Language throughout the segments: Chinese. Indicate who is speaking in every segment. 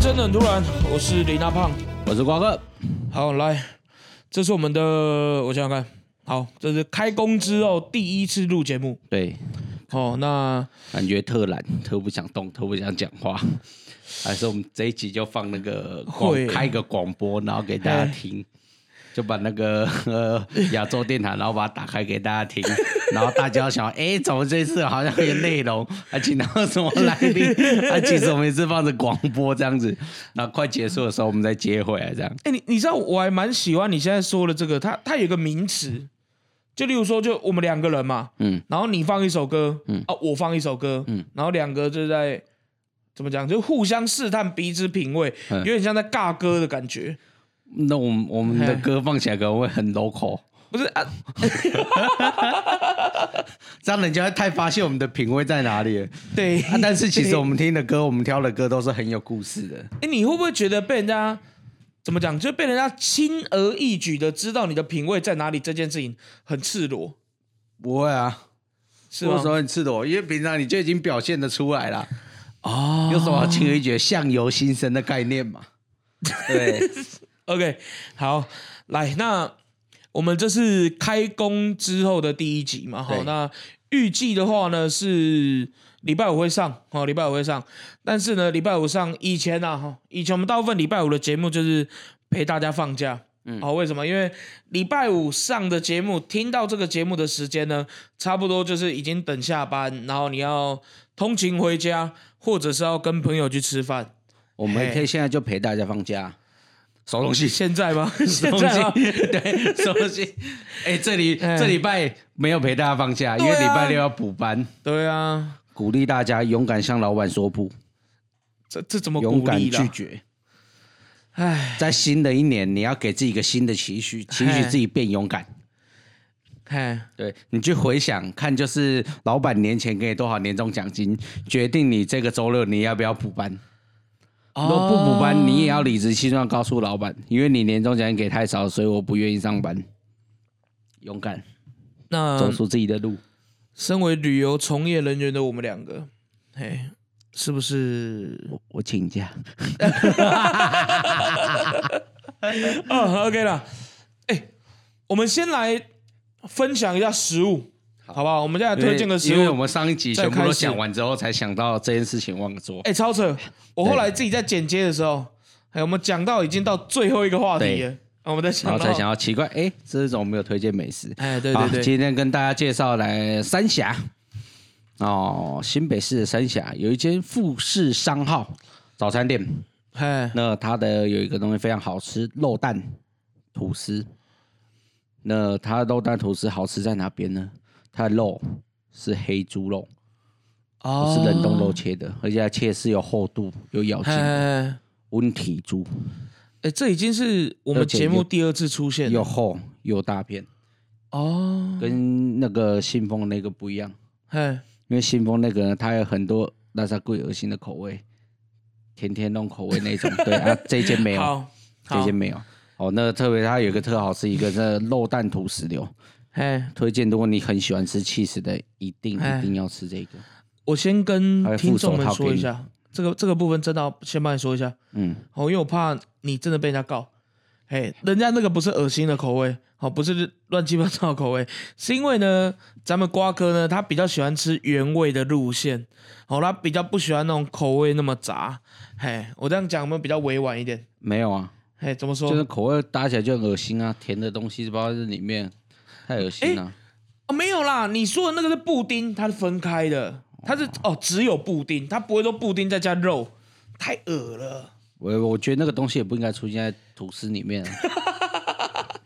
Speaker 1: 真的很突然，我是林大胖。
Speaker 2: 我是瓜哥，
Speaker 1: 好，来，这是我们的，我想想看，好，这是开工之后第一次录节目
Speaker 2: 对，
Speaker 1: 哦。那
Speaker 2: 感觉特懒，特不想动，特不想讲话，还是我们这一集就放那个
Speaker 1: 会
Speaker 2: 广开个广播，然后给大家听，就把那个呃亚洲电台，然后把它打开给大家听， 然后大家想，哎，怎么这次好像有内容，啊，请到什么来宾？啊，其实我们也是放着广播这样子，然后快结束的时候我们再接回来这样。
Speaker 1: 哎、你你知道我还蛮喜欢你现在说的这个，它它有一个名词，就例如说，就我们两个人嘛，
Speaker 2: 嗯，
Speaker 1: 然后你放一首歌，
Speaker 2: 嗯
Speaker 1: 啊，我放一首歌，
Speaker 2: 嗯
Speaker 1: 然后两个就在怎么讲，就互相试探彼此品味，
Speaker 2: 嗯
Speaker 1: 有点像在尬歌的感觉。
Speaker 2: 那我们我们的
Speaker 1: 哎
Speaker 2: 歌放起来可能会很 local。
Speaker 1: 不是啊，
Speaker 2: 这样人家会太发现我们的品味在哪里了。
Speaker 1: 对
Speaker 2: 啊，但是其实我们听的歌，我们挑的歌都是很有故事的。
Speaker 1: 哎、你会不会觉得被人家怎么讲，就被人家轻而易举的知道你的品味在哪里这件事情很赤裸，
Speaker 2: 不会啊，
Speaker 1: 是
Speaker 2: 有
Speaker 1: 吗
Speaker 2: 什？么很赤裸？因为平常你就已经表现的出来了。哦，有什么好轻而易举的？相由心生的概念嘛。 对，
Speaker 1: OK，好，来，那我们这是开工之后的第一集嘛，好，
Speaker 2: 对
Speaker 1: 那预计的话呢是礼拜五会上，哦，礼拜五会上，但是呢，礼拜五上以前啊，哈，以前我们大部分礼拜五的节目就是陪大家放假。嗯，好、为什么？因为礼拜五上的节目，听到这个节目的时间呢，差不多就是已经等下班，然后你要通勤回家，或者是要跟朋友去吃饭。
Speaker 2: 我们可以现在就陪大家放假，啊收东 西，
Speaker 1: 现在吗？
Speaker 2: 收
Speaker 1: 现
Speaker 2: 东
Speaker 1: 在吗？
Speaker 2: 西， 对，收东西。哎，这里
Speaker 1: 哎
Speaker 2: 这礼拜没有陪大家放假，因为
Speaker 1: 对啊
Speaker 2: 礼拜六要补班。
Speaker 1: 对啊，
Speaker 2: 鼓励大家勇敢向老板说不，
Speaker 1: 这这怎么
Speaker 2: 勇
Speaker 1: 鼓
Speaker 2: 敢
Speaker 1: 励
Speaker 2: 拒
Speaker 1: 啦？
Speaker 2: 绝。
Speaker 1: 唉，
Speaker 2: 在新的一年，你要给自己一个新的期许，期许自己变勇敢。
Speaker 1: 唉，
Speaker 2: 对你去回想看，就是老板年前给你多少年终奖金，决定你这个周六你要不要补班。如果不补
Speaker 1: 哦
Speaker 2: 班，你也要理直气壮告诉老板，因为你年终奖金给太少，所以我不愿意上班。勇敢走
Speaker 1: 那
Speaker 2: 出自己的路，
Speaker 1: 身为旅游从业人员的我们两个，嘿，是不是？
Speaker 2: 我我请假。
Speaker 1: 啊哦，OK 啦。哎，我们先来分享一下食物，好不好？我们现在推荐个食
Speaker 2: 因为我
Speaker 1: 物。
Speaker 2: 们上一集全部
Speaker 1: 再
Speaker 2: 都
Speaker 1: 开始
Speaker 2: 讲完之后，才想到这件事情忘了做。
Speaker 1: 哎，超扯！我后来自己在剪接的时候，哎，我们讲到已经到最后一个话题了，我们在
Speaker 2: 然
Speaker 1: 想
Speaker 2: 后才
Speaker 1: 到，
Speaker 2: 想到奇怪，哎，这种没有推荐美食。
Speaker 1: 哎，对
Speaker 2: 好
Speaker 1: 对对，
Speaker 2: 今天跟大家介绍来三峡哦，新北市的三峡有一间富士商号早餐店，
Speaker 1: 哎，
Speaker 2: 那它的有一个东西非常好吃，肉蛋吐司。那它的肉蛋吐司好吃在哪边呢？它的肉是黑猪肉，不
Speaker 1: 哦
Speaker 2: 是冷冻肉切的，而且它切是有厚度、有咬劲
Speaker 1: 哎，
Speaker 2: 的
Speaker 1: 哎哎
Speaker 2: 温体猪，
Speaker 1: 哎，这已经是我们
Speaker 2: 而且
Speaker 1: 节目
Speaker 2: 又
Speaker 1: 第二次出现了
Speaker 2: 又厚又大片，
Speaker 1: 哦，
Speaker 2: 跟那个信丰那个不一样。
Speaker 1: 哎，
Speaker 2: 因为新丰那个呢，它有很多拉萨贵恶心的口味，甜甜那种口味那种。对啊，这间没有，
Speaker 1: 好，
Speaker 2: 这
Speaker 1: 好
Speaker 2: 间，没有。哦，那特别它有一个特好吃，一个是肉蛋吐司流，
Speaker 1: 哎，
Speaker 2: 推荐。如果你很喜欢吃 cheese 的，一定
Speaker 1: 哎
Speaker 2: 一定要吃这个。
Speaker 1: 我先跟
Speaker 2: 还有
Speaker 1: 听
Speaker 2: 副手
Speaker 1: 众们
Speaker 2: 套
Speaker 1: 说
Speaker 2: 给
Speaker 1: 一
Speaker 2: 你
Speaker 1: 下，这个这个部分真的要先帮你说一下
Speaker 2: 嗯，
Speaker 1: 哦，因为我怕你真的被人家告。哎，人家那个不是恶心的口味，哦，不是乱七八糟的口味，是因为呢，咱们瓜哥呢，他比较喜欢吃原味的路线，哦，他比较不喜欢那种口味那么杂。嘿，我这样讲有没有比较委婉一点？
Speaker 2: 没有啊，
Speaker 1: 嘿，怎么说？
Speaker 2: 就是口味搭起来就很恶心啊，甜的东西包在里面太恶心啊了。
Speaker 1: 哦，没有啦，你说的那个是布丁，它是分开的，它是哦，只有布丁，它不会说布丁再加肉，太恶了。
Speaker 2: 我我觉得那个东西也不应该出现在吐司里面、 啊，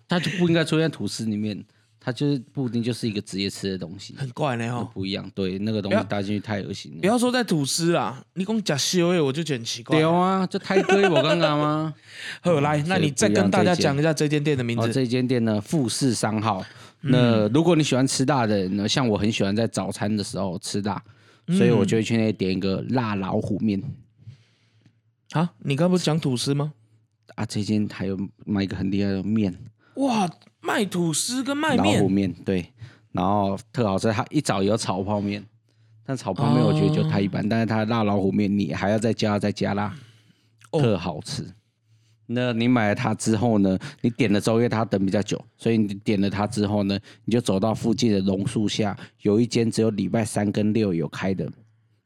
Speaker 2: 它就不应该出现在吐司里面。它就是布丁，就是一个职业吃的东西。
Speaker 1: 很怪呢
Speaker 2: 那
Speaker 1: 哦，
Speaker 2: 不一样，对，那个东
Speaker 1: 不要
Speaker 2: 西搭进去太恶心
Speaker 1: 不
Speaker 2: 了。
Speaker 1: 要说在吐司啦，你讲假修味，我就觉得很奇怪。
Speaker 2: 对嗯啊，就太贵我刚啊刚 吗？
Speaker 1: 好，来，那你再跟大家讲一下这间店的名
Speaker 2: 然 后
Speaker 1: 字。
Speaker 2: 这间店呢，富士商号。那如果你喜欢吃辣的人呢，像我很喜欢在早餐的时候吃辣，所以我就会去那里点一个辣老虎面
Speaker 1: 啊，你刚不是讲吐司吗？
Speaker 2: 啊。这间还有卖一个很厉害的面，
Speaker 1: 哇，卖吐司跟卖
Speaker 2: 老虎
Speaker 1: 面，
Speaker 2: 面，对。然后特好吃，它一早有炒泡面，但炒泡面我觉得就太一般，但是它的辣老虎面你还要再加再加辣。
Speaker 1: 哦
Speaker 2: 特好吃。那你买了它之后呢？你点了之后，因为它等比较久，所以你点了它之后呢，你就走到附近的榕树下，有一间只有礼拜三跟六有开的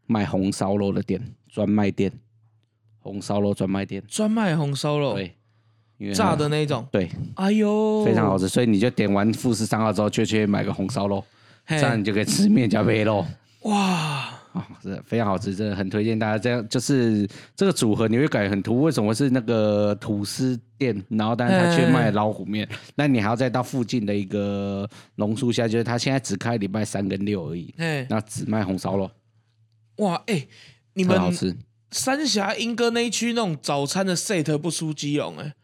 Speaker 2: 卖红烧肉的店，专卖店，红烧肉专卖店。
Speaker 1: 专卖红烧肉，
Speaker 2: 对，因为它
Speaker 1: 炸的那一种。
Speaker 2: 对，
Speaker 1: 哎呦，
Speaker 2: 非常好吃。所以你就点完富士山号之后，就去买个红烧肉，
Speaker 1: 嘿
Speaker 2: 这样你就可以吃面加肥肉。
Speaker 1: 哇！
Speaker 2: 啊、是非常好吃，真的很推荐大家。这样就是这个组合，你会感觉很突兀。为什么是那个吐司店，然后但是他却
Speaker 1: 嗯
Speaker 2: 卖老虎面？那你还要再到附近的一个榕树下，就是他现在只开礼拜三跟六而已，
Speaker 1: 哎，
Speaker 2: 那只卖红烧肉，
Speaker 1: 哇，哎、你
Speaker 2: 很好
Speaker 1: 们
Speaker 2: 吃。
Speaker 1: 三峡莺歌那一区那种早餐的 set 不输基隆哎、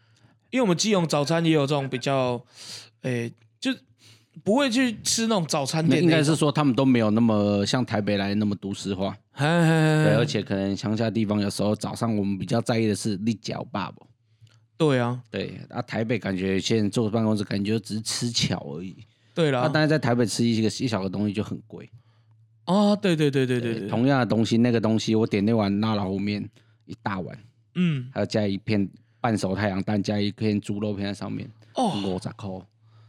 Speaker 1: 因为我们基隆早餐也有这种比较，哎、就不会去吃那种早餐
Speaker 2: 那
Speaker 1: 店
Speaker 2: 应
Speaker 1: 那
Speaker 2: 该
Speaker 1: 种，
Speaker 2: 是说他们都没有那么像台北来的那么都市化，
Speaker 1: 嘿嘿
Speaker 2: 对，而
Speaker 1: 嘿嘿
Speaker 2: 且可能乡下地方有时候早上我们比较在意的是立脚爸爸。
Speaker 1: 对啊，
Speaker 2: 对，啊，台北感觉现在坐办公室感觉就只是吃巧而已。
Speaker 1: 对
Speaker 2: 啊，
Speaker 1: 啦，
Speaker 2: 但是在台北吃一个一小个东西就很贵。
Speaker 1: 啊，对对对对对对，
Speaker 2: 同样的东西，那个东西我点那碗辣老虎面一大碗，
Speaker 1: 嗯，
Speaker 2: 还有加一片半熟太阳蛋，加一片猪肉片在上面，
Speaker 1: 哦，
Speaker 2: 五十块，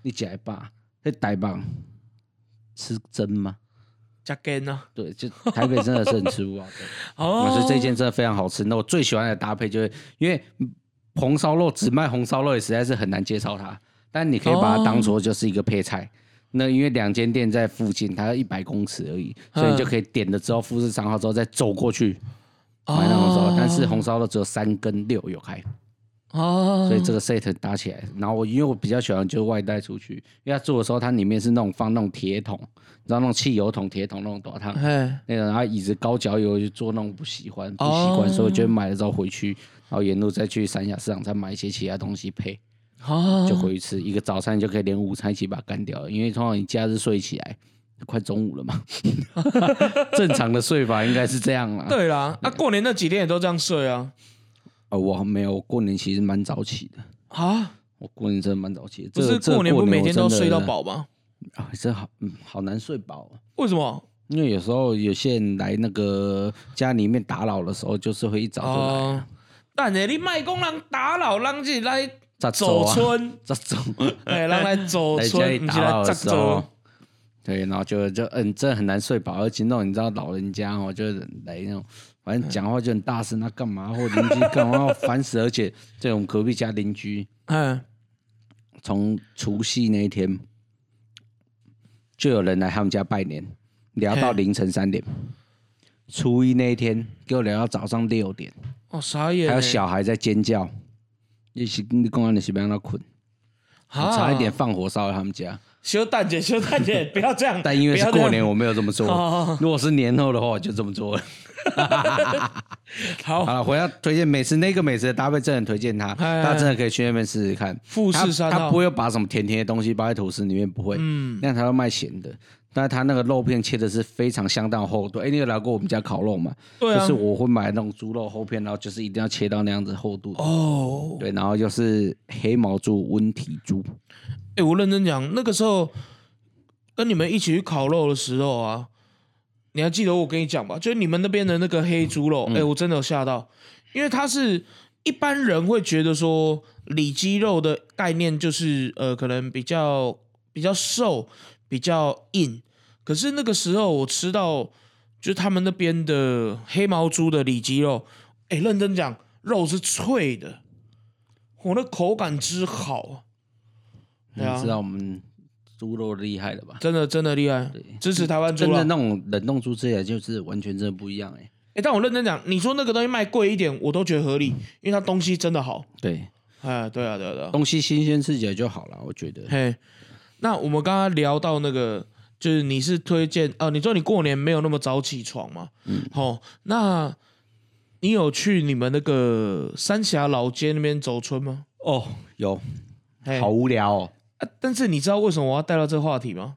Speaker 2: 你吃一把，那台棒吃真吗？
Speaker 1: 加根啊，
Speaker 2: 对，就台北真的是很吃不饱的。
Speaker 1: 哦
Speaker 2: 啊，所以这一件真的非常好吃。那我最喜欢的搭配就是，因为红烧肉只卖红烧肉也实在是很难介绍它，但你可以把它
Speaker 1: 哦
Speaker 2: 当做就是一个配菜。那因为两间店在附近，它一百公尺而已，所
Speaker 1: 嗯
Speaker 2: 以你就可以点了之后，富士山号之后再走过去买那红烧肉。
Speaker 1: 哦
Speaker 2: 但是红烧肉只有三跟六有开，
Speaker 1: 哦，
Speaker 2: 所以这个 set 搭起来。然后我因为我比较喜欢就是外带出去，因为它做的时候它里面是那种放那种铁桶，你知道那种汽油桶、铁桶那种多烫。
Speaker 1: 哎，
Speaker 2: 那个，然后椅子高脚椅我就坐那种不喜欢，不习
Speaker 1: 哦
Speaker 2: 惯，所以我就买了之后回去，然后沿路再去三峡市场再买一些其他东西配，
Speaker 1: 好，
Speaker 2: 就回去吃。一个早餐就可以连午餐一起把它干掉了，因为通常你假日睡起来，快中午 了嘛，正常的睡法应该是这样啦。
Speaker 1: 对啦，啊，过年那几天也都这样睡啊，
Speaker 2: 呃，我没有，我过年其实蛮早起的，
Speaker 1: 啊，
Speaker 2: 我过年真的蛮早起的。
Speaker 1: 不
Speaker 2: 这
Speaker 1: 是
Speaker 2: 这
Speaker 1: 过年不
Speaker 2: 我
Speaker 1: 每天都要
Speaker 2: 真的
Speaker 1: 睡到饱吗？
Speaker 2: 啊？这好，嗯，好难睡饱哦、
Speaker 1: 为什么？
Speaker 2: 因为有时候有些人来那个家里面打扰的时候，就是会一早就来。
Speaker 1: 哦，但你你卖讲人打扰，人是来
Speaker 2: 咋走
Speaker 1: 走
Speaker 2: 啊
Speaker 1: 村，
Speaker 2: 这 种
Speaker 1: 哎，人来走
Speaker 2: 在家里
Speaker 1: 村，不是
Speaker 2: 打扰
Speaker 1: 来砸
Speaker 2: 的时候
Speaker 1: 走。，
Speaker 2: 对，然后就就嗯，真的很难睡饱，而且那种你知道老人家哦，就是来那种，反正讲话就很大声，那干嘛或邻居干嘛 烦死，而且这种隔壁家邻居
Speaker 1: 嗯，
Speaker 2: 从除夕那一天就有人来他们家拜年，聊到凌晨三点。初一那一天给我聊到早上六点，
Speaker 1: 哦，傻眼欸，
Speaker 2: 还有小孩在尖叫，你是你公安你是不要让他困，我
Speaker 1: 啊，
Speaker 2: 差一点放火烧了他们家。
Speaker 1: 修蛋姐，修蛋姐，不要这样，
Speaker 2: 但因为
Speaker 1: 不
Speaker 2: 是
Speaker 1: 要这样
Speaker 2: 过年，，我没有这么做
Speaker 1: 哦。
Speaker 2: 如果是年后的话，我就这么做了。好
Speaker 1: 好，
Speaker 2: 了，回到推荐美食，那个美食的搭配真的很推荐它，
Speaker 1: 哎
Speaker 2: 大家真的可以去那边试试看。
Speaker 1: 富士山
Speaker 2: 它它
Speaker 1: 哦
Speaker 2: 不会把什么甜甜的东西包在吐司里面，不会，
Speaker 1: 嗯，
Speaker 2: 那它会卖咸的。但是它那个肉片切的是非常相当厚度。哎，你有来过我们家烤肉吗？
Speaker 1: 对
Speaker 2: 就
Speaker 1: 啊
Speaker 2: 是，我会买那种猪肉厚片，然后就是一定要切到那样子厚度的。
Speaker 1: 哦，
Speaker 2: 对，然后就是黑毛猪、温体猪，
Speaker 1: 哎，我认真讲，那个时候跟你们一起去烤肉的时候啊。你还记得我跟你讲吧？就是你们那边的那个黑猪肉，哎、我真的有吓到，因为它是一般人会觉得说里脊肉的概念就是呃，可能比较比较瘦，比较硬。可是那个时候我吃到就是他们那边的黑毛猪的里脊肉，哎、认真讲，肉是脆的，我那口感之好啊！
Speaker 2: 你
Speaker 1: 对啊
Speaker 2: 知，道我们猪肉厉害了吧？
Speaker 1: 真的真的厉害，支持台湾猪
Speaker 2: 真的
Speaker 1: 肉。啊
Speaker 2: 那种冷冻猪吃起来就是完全真的不一样哎、
Speaker 1: 哎、但我认真讲，你说那个东西卖贵一点，我都觉得合理，因为它东西真的好。
Speaker 2: 对，
Speaker 1: 哎，对啊，对啊，对啊。
Speaker 2: 东西新鲜吃起来就好了，我觉得。
Speaker 1: 嘿，那我们刚刚聊到那个，就是你是推荐呃，你说你过年没有那么早起床嘛？嗯，好，那你有去你们那个三峡老街那边走村吗？
Speaker 2: 哦，有，
Speaker 1: 嘿
Speaker 2: 好无聊哦。
Speaker 1: 啊但是你知道为什么我要带到这个话题吗？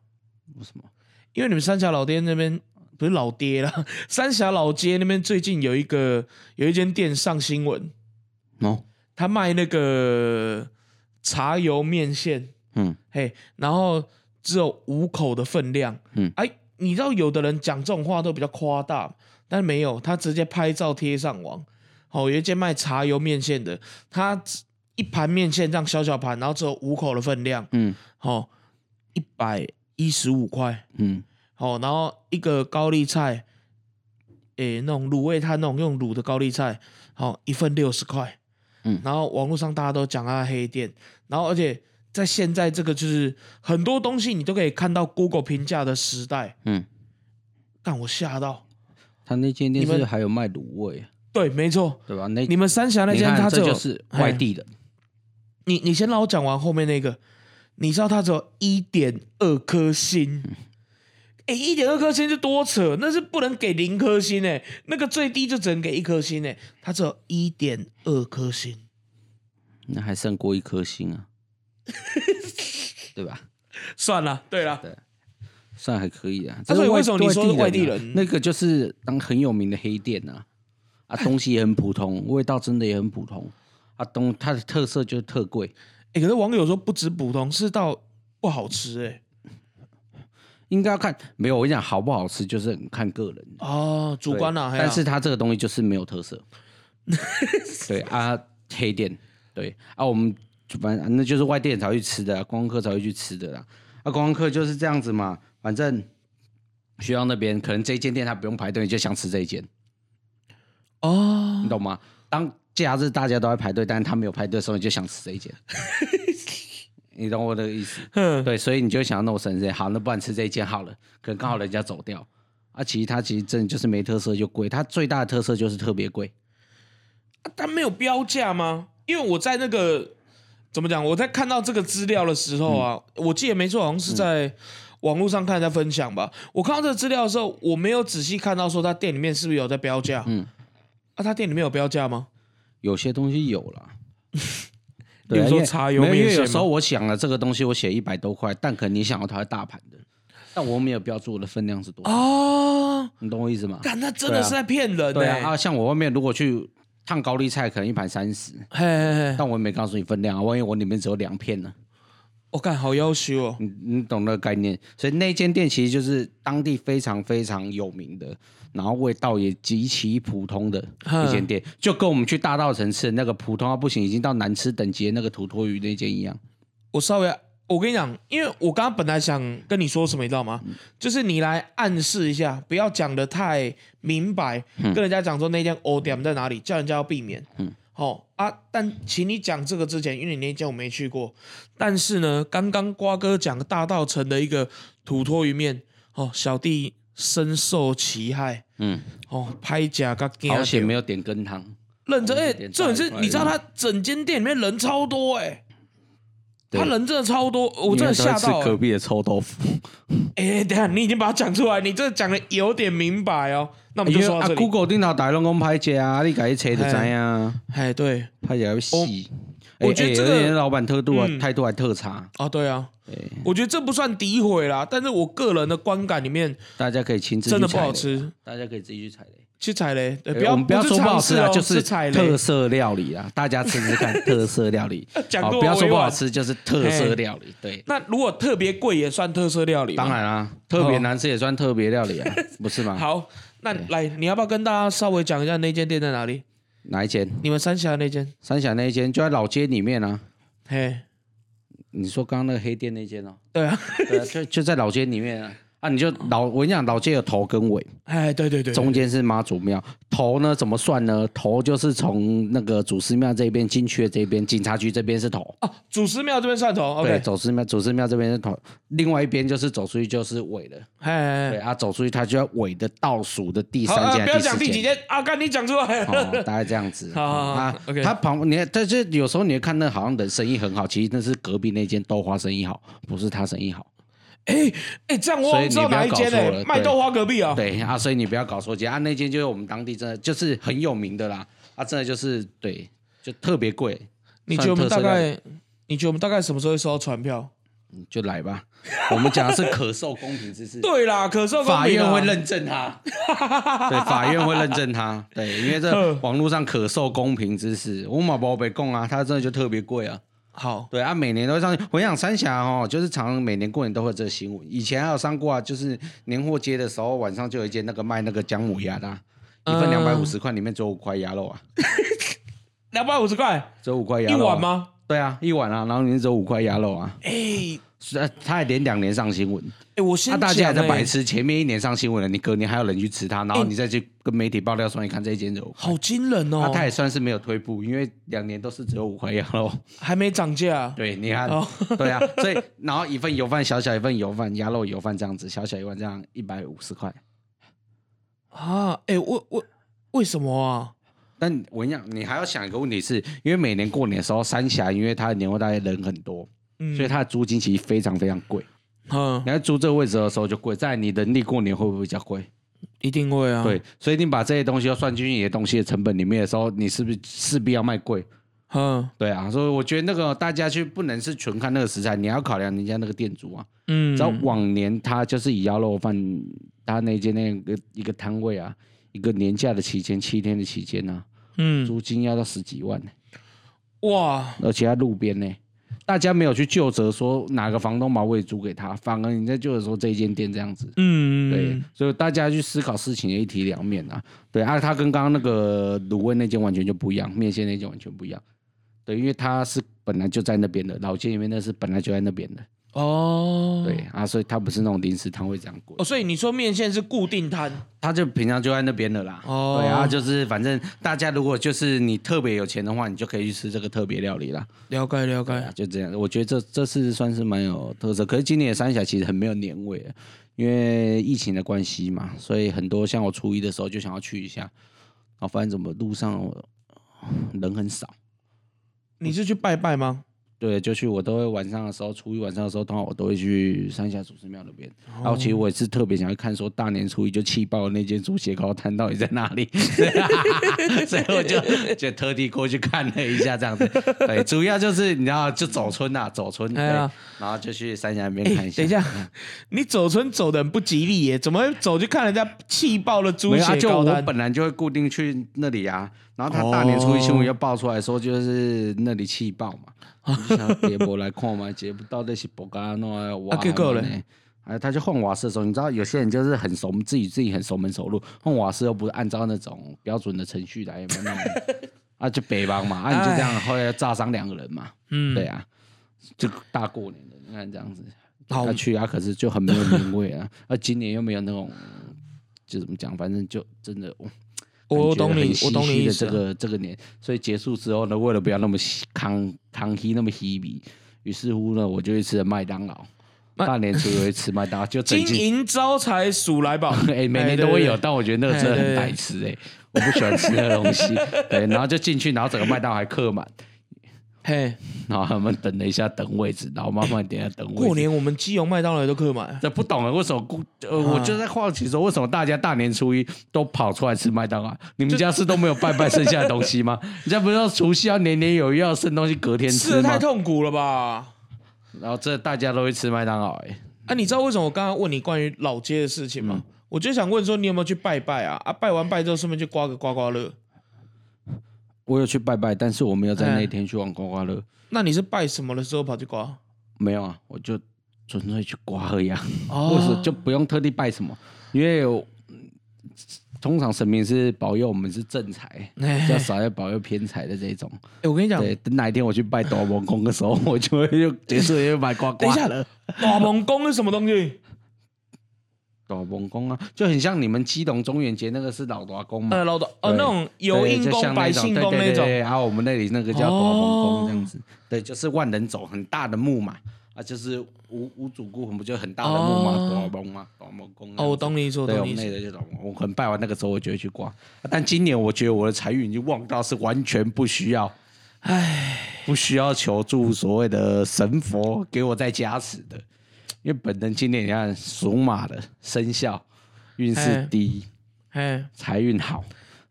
Speaker 2: 为什么？
Speaker 1: 因为你们三峡老爹那边不是老爹啦， 三峡老街那边最近有一个有一间店上新闻，
Speaker 2: 哦，
Speaker 1: 他卖那个茶油面线，
Speaker 2: 嗯，
Speaker 1: 嘿，然后只有五口的分量，
Speaker 2: 嗯
Speaker 1: 哎，你知道有的人讲这种话都比较夸大，但没有，他直接拍照贴上网，哦，有一间卖茶油面线的，它一盘面线这样小小盘，然后只有五口的分量，
Speaker 2: 嗯
Speaker 1: 哦，一百一十五块，
Speaker 2: 嗯
Speaker 1: 哦，然后一个高丽菜，诶，那种卤味摊那种用卤的高丽菜，哦，一份六十块，
Speaker 2: 嗯
Speaker 1: 然后网络上大家都讲它黑店，然后而且在现在这个就是很多东西你都可以看到 Google 评价的时代，
Speaker 2: 嗯，
Speaker 1: 干我吓到，
Speaker 2: 他那间店
Speaker 1: 你
Speaker 2: 是
Speaker 1: 们
Speaker 2: 还有卖卤味，
Speaker 1: 对，没错，
Speaker 2: 对吧？那
Speaker 1: 你们三峡那
Speaker 2: 哎你
Speaker 1: 间
Speaker 2: 看
Speaker 1: 它只
Speaker 2: 这
Speaker 1: 有
Speaker 2: 就是外地人，
Speaker 1: 你你先让我讲完后面那个，你知道它只有一点二颗星，哎、一点二颗星就多扯，那是不能给零颗星哎、那个最低就只能给一颗星哎、它只有一点二颗星，
Speaker 2: 那还胜过一颗星 啊，对吧？
Speaker 1: 算了，对了，
Speaker 2: 算还可以啊。
Speaker 1: 啊
Speaker 2: 这是
Speaker 1: 所以
Speaker 2: 外
Speaker 1: 为什么你说是外地
Speaker 2: 啊
Speaker 1: 人
Speaker 2: 那个就是当很有名的黑店啊，啊，东西也很普通，味道真的也很普通。啊，东它的特色就是特贵，
Speaker 1: 哎、可是网友说不止普通，是到不好吃哎、
Speaker 2: 应该要看没有我跟你讲好不好吃，就是很看个人。
Speaker 1: 哦，主观啦、啊，
Speaker 2: 嗯
Speaker 1: 嘿
Speaker 2: 对
Speaker 1: 啊
Speaker 2: 但是它这个东西就是没有 特色。对啊，黑店，对啊，我们反正那就是外地人才会去吃的、啊，观光客才会去吃的啦。啊，观光客就是这样子嘛，反正学校那边可能这一间店他不用排队，就想吃这一间，
Speaker 1: 哦
Speaker 2: 你，懂吗？当假日大家都在排队，但是他没有排队的时候，你就想吃这 一间。你懂我的意思？
Speaker 1: 哼，
Speaker 2: 对，所以你就想要弄神仙，好，那不然吃这一间好了，可能刚好人家走掉。啊，其实它其实真的就是没特色就贵，它最大的特色就是特别贵。
Speaker 1: 啊它没有标价吗？因为我在那个怎么讲，我在看到这个资料的时候啊，
Speaker 2: 嗯
Speaker 1: 我记得没错，好像是在网络上看人家分享吧。我看到这个资料的时候，我没有仔细看到说他店里面是不是有在标价。
Speaker 2: 嗯
Speaker 1: 嗯，啊，他店里面有标价吗？
Speaker 2: 有些东西有啦。
Speaker 1: 比如
Speaker 2: 啊
Speaker 1: 说
Speaker 2: 因为
Speaker 1: 茶油
Speaker 2: 没有因
Speaker 1: 面
Speaker 2: 为有
Speaker 1: 线
Speaker 2: 时
Speaker 1: 吗
Speaker 2: 候我想了这个东西，我写一百多块，但可能你想要它是大盘的，但我没有标注我的分量是多少，
Speaker 1: 哦，
Speaker 2: 你懂我意思吗？
Speaker 1: 干，那真的
Speaker 2: 对啊
Speaker 1: 是在骗人欸
Speaker 2: 对
Speaker 1: 呢、
Speaker 2: 啊，啊，像我外面如果去烫高丽菜，可能一盘三十，
Speaker 1: 嘿嘿嘿，
Speaker 2: 但我也没告诉你分量啊，万一我里面只有两片呢、
Speaker 1: 我干、好要求哦。
Speaker 2: 你你懂那个概念，所以那间店其实就是当地非常非常有名的，然后味道也极其普通的
Speaker 1: 嗯
Speaker 2: 一间店，就跟我们去大道城吃的那个普通到不行，已经到难吃等级的那个土托鱼那间一样。
Speaker 1: 我稍微，我跟你讲，因为我刚刚本来想跟你说什么，你知道吗？
Speaker 2: 嗯
Speaker 1: 就是你来暗示一下，不要讲的太明白，
Speaker 2: 嗯
Speaker 1: 跟人家讲说那间 O 点在哪里，叫人家要避免。嗯，好、啊，但请你讲这个之前，因为你那间我没去过，但是呢，刚刚瓜哥讲大道城的一个土托鱼面，哦，小弟深受其害。
Speaker 2: 嗯，
Speaker 1: 哦，拍假噶
Speaker 2: 好险哦没有点羹汤，
Speaker 1: 认真，哎、
Speaker 2: 点
Speaker 1: 重点是
Speaker 2: 大一块嗯
Speaker 1: 你知道他整间店里面人超多哎、
Speaker 2: 对
Speaker 1: 他人真的超多，我真的吓到、欸。
Speaker 2: 壁的臭豆腐。
Speaker 1: 哎、等一下你已经把它讲出来，你这讲的有点明白哦。那我们
Speaker 2: 因
Speaker 1: 就
Speaker 2: 为
Speaker 1: 说到
Speaker 2: 啊
Speaker 1: 这里。
Speaker 2: ，Google 电脑打拢讲歹食啊，你家己切就知啊，
Speaker 1: 哎、对，
Speaker 2: 歹食要死。哎
Speaker 1: 我我觉得这个
Speaker 2: 而且老板态度啊
Speaker 1: 嗯，
Speaker 2: 态度还特差，哎
Speaker 1: 哦，对啊，
Speaker 2: 对
Speaker 1: 我觉得这不算诋毁啦，但是我个人的观感里面
Speaker 2: 大家可以亲自去
Speaker 1: 真的不
Speaker 2: 踩
Speaker 1: 好
Speaker 2: 雷，
Speaker 1: 吃。
Speaker 2: 大家可以自己去踩雷。
Speaker 1: 去踩雷，对，
Speaker 2: 欸
Speaker 1: 不要
Speaker 2: 我们不要
Speaker 1: 是
Speaker 2: 说不好
Speaker 1: 尝
Speaker 2: 吃
Speaker 1: 试
Speaker 2: 啊，
Speaker 1: 哦
Speaker 2: 就是
Speaker 1: 踩雷
Speaker 2: 特。色料理啊，大家吃 吃看特色料理。
Speaker 1: 讲
Speaker 2: 好
Speaker 1: 多
Speaker 2: 不要说不
Speaker 1: 委
Speaker 2: 好
Speaker 1: 婉
Speaker 2: 吃，就是特色料理。对，
Speaker 1: 那如果特别贵也算特色料理吗，
Speaker 2: 当然啊，特别难吃也算特别料理啊，不是吗？
Speaker 1: 哦好。那来，你要不要跟大家稍微讲一下那间店在哪里？
Speaker 2: 哪一间？
Speaker 1: 你们三峡那间？
Speaker 2: 三峡那一间就在老街里面啊。
Speaker 1: 嘿，
Speaker 2: 你说刚刚那个黑店那间哦，
Speaker 1: 对啊，
Speaker 2: 对啊，就就在老街里面啊。啊，你就老我跟你讲，老街有头跟尾，
Speaker 1: 哎，对对对，
Speaker 2: 中间是妈祖庙。头呢怎么算呢？头就是从那个祖师庙这边进去的这边，警察局这边是头。
Speaker 1: 哦，祖师庙这边蒜头
Speaker 2: 对，
Speaker 1: ，OK，
Speaker 2: 走寺庙，走寺庙这边是头，另外一边就是走出去就是尾了。
Speaker 1: 哎
Speaker 2: 对，啊，走出去它就要尾的倒数的第
Speaker 1: 好，
Speaker 2: 三
Speaker 1: 啊
Speaker 2: 间、
Speaker 1: 不要讲第
Speaker 2: 第四
Speaker 1: 几
Speaker 2: 间。
Speaker 1: 间啊，干你讲出来
Speaker 2: 哦，大概这样子
Speaker 1: 好好好
Speaker 2: 啊
Speaker 1: OK
Speaker 2: 它旁你看，但是有时候你会看那好像人生意很好，其实那是隔壁那间豆花生意好，不是他生意好。
Speaker 1: 哎 哎，这样我好像知道哪一间
Speaker 2: 所以你不要搞错
Speaker 1: 嘞
Speaker 2: 了，
Speaker 1: 卖豆花隔壁啊。
Speaker 2: 对啊，所以你不要搞错节啊，那间就是我们当地真的就是很有名的啦，啊，真的就是对，就特别贵，
Speaker 1: 你觉得我们大
Speaker 2: 算特色料
Speaker 1: 概，你觉得我们大概什么时候会收到传票？
Speaker 2: 理就来吧。 我们讲的是可受公平之事，
Speaker 1: 对啦，可受
Speaker 2: 法院会
Speaker 1: 认。
Speaker 2: 认证他， 对，法院会认证他，对，因为这
Speaker 1: 嗯
Speaker 2: 网络上可受公平之事，我马宝贝供啊，它真的就特别贵啊，
Speaker 1: 好，
Speaker 2: 对啊，每年都会上去。我想三峡哦，就是常常每年过年都会有这个新闻，以前还有上过啊，就是年货街的时候晚上就有一间那个卖那个姜母鸭的啊、
Speaker 1: 嗯
Speaker 2: 一份两百五十块，里面只有五块鸭肉啊，
Speaker 1: 呃两百五十块
Speaker 2: 只有五块鸭
Speaker 1: 一
Speaker 2: 肉、
Speaker 1: 碗？吗？
Speaker 2: 对啊，一碗啊，然后里面只有五块鸭肉啊，
Speaker 1: 哎、
Speaker 2: 是啊，他还连两年上新闻，
Speaker 1: 哎、我
Speaker 2: 那、
Speaker 1: 先
Speaker 2: 啊大家还在
Speaker 1: 讲哎
Speaker 2: 白吃，前面一年上新闻了，你隔年还有人去吃它，然后你再去跟媒体爆料说，你看这一间有，
Speaker 1: 好惊人
Speaker 2: 那、
Speaker 1: 哎哦，
Speaker 2: 他也算是没有退步，因为两年都是只有五块鸭肉。
Speaker 1: 还没涨价。
Speaker 2: 对，你看，
Speaker 1: 哦
Speaker 2: 对啊，所以然后一份油饭，小小一份油饭，鸭肉油饭这样子，小小一碗这样一百五十块。
Speaker 1: 啊，哎、为为为什么啊？
Speaker 2: 但我跟你讲，你还要想一个问题是，因为每年过年的时候，三峡因为它的年货大概人很多，
Speaker 1: 嗯，
Speaker 2: 所以它的租金其实非常非常贵。
Speaker 1: 嗯
Speaker 2: 你，在租这个位置的时候就贵，在你人力过年会不会比较贵？
Speaker 1: 一定会啊。
Speaker 2: 对，，所以你把这些东西要算进去你的东西的成本里面的时候，你是不是势必要卖贵？
Speaker 1: 嗯
Speaker 2: 对啊，所以我觉得那个大家去不能是纯看那个食材，你要考量人家那个店主啊。
Speaker 1: 嗯，
Speaker 2: 只要往年他就是以鸭肉饭，他那间那个一个摊位啊，一个年假的期间，七天的期间啊，
Speaker 1: 嗯，
Speaker 2: 租金要到十几万呢、
Speaker 1: 哇，
Speaker 2: 而且在路边呢、大家没有去就责说哪个房东把位租给他，反而你在就责说这一间店这样子。
Speaker 1: 嗯，
Speaker 2: 对，所以大家去思考事情的一体两面啊。对啊，它跟刚刚那个卤味那间完全就不一样，面线那间完全不一样。对，因为它是本来就在那边的，老街里面那是本来就在那边的。
Speaker 1: 哦，
Speaker 2: 对，啊，所以它不是那种临时摊位这样贵
Speaker 1: 哦，。所以你说面线是固定摊，
Speaker 2: 他就平常就在那边的啦。
Speaker 1: 哦
Speaker 2: 对啊，就是反正大家如果就是你特别有钱的话，你就可以去吃这个特别料理啦。
Speaker 1: 了解了
Speaker 2: 啊
Speaker 1: 解，
Speaker 2: 就这样，我觉得这这次算是蛮有特色。可是今年的三峡其实很没有年味，因为疫情的关系嘛，所以很多像我初一的时候就想要去一下，然后发现怎么路上人很少。
Speaker 1: 你是去拜拜吗？
Speaker 2: 对，就去我都会晚上的时候，初一晚上的时候，通常我都会去三峡祖师庙那边。然后其实我也是特别想要看，说大年初一就气爆的那间猪血糕摊到底在哪里， 所以我就就特地过去看了一下，这样子。对，主要就是你知道，就走村呐、啊，走村，对，
Speaker 1: 哎呀
Speaker 2: 然后就去三峡那边
Speaker 1: 哎、
Speaker 2: 看一下。嗯
Speaker 1: 等一下，你走村走的很不吉利耶，怎么会走去看人家气爆的猪
Speaker 2: 没有啊，
Speaker 1: 血
Speaker 2: 就
Speaker 1: 糕
Speaker 2: 我
Speaker 1: 摊？
Speaker 2: 本来就会固定去那里啊，然后他大年初一新闻又爆出来说，就是那里气爆嘛，我就想别博来看嘛，结不到底是博干弄啊，哇
Speaker 1: 啊结果嘞？
Speaker 2: 哎，他就换瓦斯的时候，你知道有些人就是很熟，自己自己很熟门熟路，换瓦斯又不是按照那种标准的程序来，有没有那种啊，就北方嘛，啊，你就这 样，后来炸伤两个人嘛，
Speaker 1: 嗯，
Speaker 2: 对啊，就大过年的，你看这样子，
Speaker 1: 好
Speaker 2: 他去啊，可是就很没有年味啊， 啊，今年又没有那种，就怎么讲，反正就真的，哦
Speaker 1: 我
Speaker 2: 感觉
Speaker 1: 懂
Speaker 2: 很
Speaker 1: 你，
Speaker 2: 唏
Speaker 1: 我懂你
Speaker 2: 嘘
Speaker 1: 意
Speaker 2: 的
Speaker 1: 思啊
Speaker 2: 这
Speaker 1: 了。
Speaker 2: 个这个年，所以结束之后呢，为了不要那么唏康康熙那么稀米，于是乎呢，我就去吃了麦当劳，大年初一会吃麦当劳，就整
Speaker 1: 金
Speaker 2: 季。
Speaker 1: 银招财鼠来宝，
Speaker 2: 哎、每年都会有，
Speaker 1: 哎对对对
Speaker 2: 但我觉得那个真的很白痴哎、我不喜欢吃那个 东西。对，然后就进去，然后整个麦当劳还客满，
Speaker 1: 嘿，
Speaker 2: 然后他们等了一下等位置，然后慢慢点等位置。
Speaker 1: 过年我们基隆麦当劳也都客满，
Speaker 2: 这不懂啊，为什么故呃，我就在好奇说，为什么大家大年初一都跑出来吃麦当劳？你们家是都没有拜拜剩下的东西 吗？人家不是要除夕要年年有余要剩东西隔天
Speaker 1: 吃
Speaker 2: 吃
Speaker 1: 的太
Speaker 2: 吗？
Speaker 1: 痛苦了吧？
Speaker 2: 然后这大家都会吃麦当劳、欸，
Speaker 1: 啊，你知道为什么我刚刚问你关于老街的事情
Speaker 2: 嗯
Speaker 1: 吗？我就想问说，你有没有去拜拜啊？啊，拜完拜之后，顺便去刮个刮刮乐。
Speaker 2: 我有去拜拜，但是我没有在
Speaker 1: 嗯
Speaker 2: 那天去玩刮刮乐，
Speaker 1: 那你是拜什么的时候跑去刮？
Speaker 2: 没有啊，我就纯粹去刮而已啊，
Speaker 1: 哦
Speaker 2: 或者就不用特地拜什么，因为我嗯通常神明是保佑我们是正财， 比较
Speaker 1: 哎，
Speaker 2: 少要保佑偏财的这一种。
Speaker 1: 哎我跟你讲，
Speaker 2: 对，等哪一天我去拜斗王宫的时候，我就会就结束就买刮
Speaker 1: 等一
Speaker 2: 刮
Speaker 1: 下
Speaker 2: 了。
Speaker 1: 大蒙公是什么东西？
Speaker 2: 斗王宫啊，就很像你们基隆中元节那个是老大公嘛，
Speaker 1: 呃，老的哦，
Speaker 2: 对
Speaker 1: 那种有
Speaker 2: 对
Speaker 1: 印
Speaker 2: 就
Speaker 1: 公、
Speaker 2: 像
Speaker 1: 白
Speaker 2: 那种
Speaker 1: 姓
Speaker 2: 对
Speaker 1: 公
Speaker 2: 对
Speaker 1: 那
Speaker 2: 对
Speaker 1: 种。
Speaker 2: 对啊，我们那里那个叫斗王
Speaker 1: 哦
Speaker 2: 宫这样子，对，就是万人走很大的墓嘛，啊，就是五五主顾，我们就很大的墓嘛，
Speaker 1: 哦
Speaker 2: 斗王宫嘛，斗王宫。
Speaker 1: 哦，我。懂你意思，我
Speaker 2: 对，我
Speaker 1: 懂你
Speaker 2: 们
Speaker 1: 意
Speaker 2: 那
Speaker 1: 思。
Speaker 2: 里就斗王宫，我可能拜完那个时候，我就会去刮。啊但今年我觉得我的财运已经旺到是完全不需要，唉，不需要求助所谓的神佛给我再加持的，因为本人今年你看属马的生肖运势
Speaker 1: 哎
Speaker 2: 低，
Speaker 1: 哎，
Speaker 2: 财运好。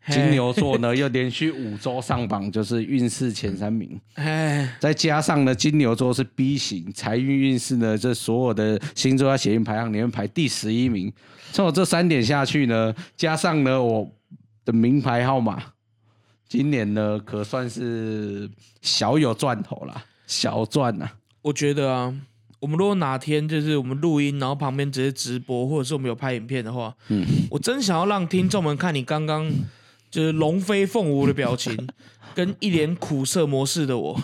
Speaker 1: 嘿
Speaker 2: 金牛座呢，又连续五周上榜，就是运势前三名。
Speaker 1: 哎，
Speaker 2: 再加上呢，金牛座是 B 型，财运运势呢，这所有的星座在血运排行里面排第十一名。从我这三点下去呢，加上呢我的名牌号码，今年呢可算是小有赚头啦，小赚呐、
Speaker 1: 我觉得啊，我们如果哪天就是我们录音，然后旁边直接直播，或者是我们有拍影片的话，嗯，我真想要让听众们看你刚刚就是龙飞凤舞的表情，跟一脸苦涩模式的我。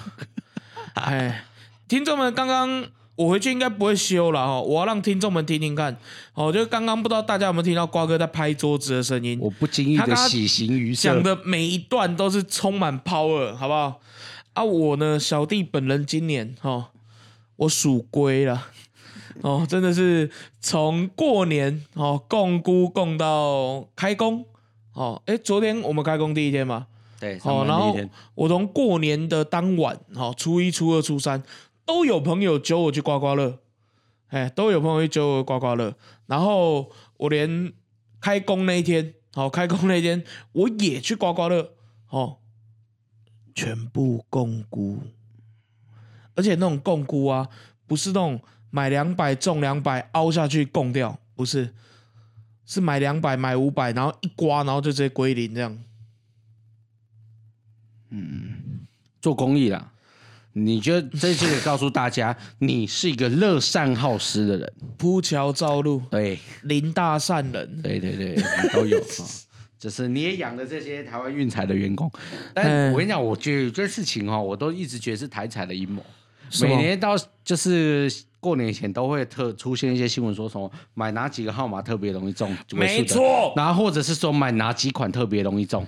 Speaker 1: 哎，听众们，刚刚我回去应该不会修了哦，我要让听众们听听看。哦，就刚刚不知道大家有没有听到瓜哥在拍桌子的声音，
Speaker 2: 我不经意
Speaker 1: 他
Speaker 2: 的
Speaker 1: 刚刚
Speaker 2: 喜形于色
Speaker 1: 讲，的每一段都是充满 power，好不好？啊，我呢，小弟本人今年哦，我属龟了，哦，真的是从过年哦，共估共到开工哦，哎，昨天我们开工第一天嘛，
Speaker 2: 对，
Speaker 1: 哦，然后我从过年的当晚，哦，初一、初二、初三都有朋友揪我去刮刮乐，哎，都有朋友去揪我刮刮乐。然后我连开工那一天，哦，开工那一天我也去刮刮乐，哦，全部共估，而且那种共估啊，不是那种买两百中两百凹下去共掉，不是，是买两百买五百，然后一刮，然后就直接归零这样。
Speaker 2: 做公益啦。你就这次也告诉大家，你是一个乐善好施的人，
Speaker 1: 铺桥造路，
Speaker 2: 对，
Speaker 1: 林大善人，
Speaker 2: 对对对，你都有啊、 只是你也养了这些台湾运彩的员工，但
Speaker 1: 嗯
Speaker 2: 我跟你讲，我觉得有件事情哦，我都一直觉得是台彩的阴谋。
Speaker 1: 是吗
Speaker 2: 每年到就是过年前都会特出现一些新闻，说什么买哪几个号码特别容易中，
Speaker 1: 没
Speaker 2: 尾数的，
Speaker 1: 错，
Speaker 2: 然后或者是说买哪几款特别容易中，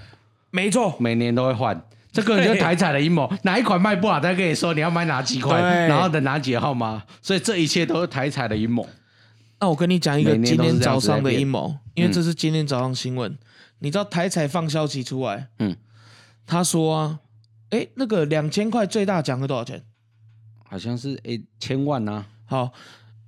Speaker 1: 没错，
Speaker 2: 每年都会换。这个就是台彩的阴谋，哪一款卖不好，他跟你说你要买哪几款，
Speaker 1: 对
Speaker 2: 然后等哪几个号码，所以这一切都是台彩的阴谋。
Speaker 1: 那我跟你讲一个
Speaker 2: 每
Speaker 1: 今
Speaker 2: 年都是
Speaker 1: 天
Speaker 2: 这样
Speaker 1: 早
Speaker 2: 子嗯在
Speaker 1: 上的
Speaker 2: 变
Speaker 1: 阴谋，因为这是今天早上新闻。你知道台彩放消息出来，
Speaker 2: 嗯，
Speaker 1: 他说啊，哎，那个两千块最大奖是多少钱？
Speaker 2: 好像是诶、千万啊，
Speaker 1: 好，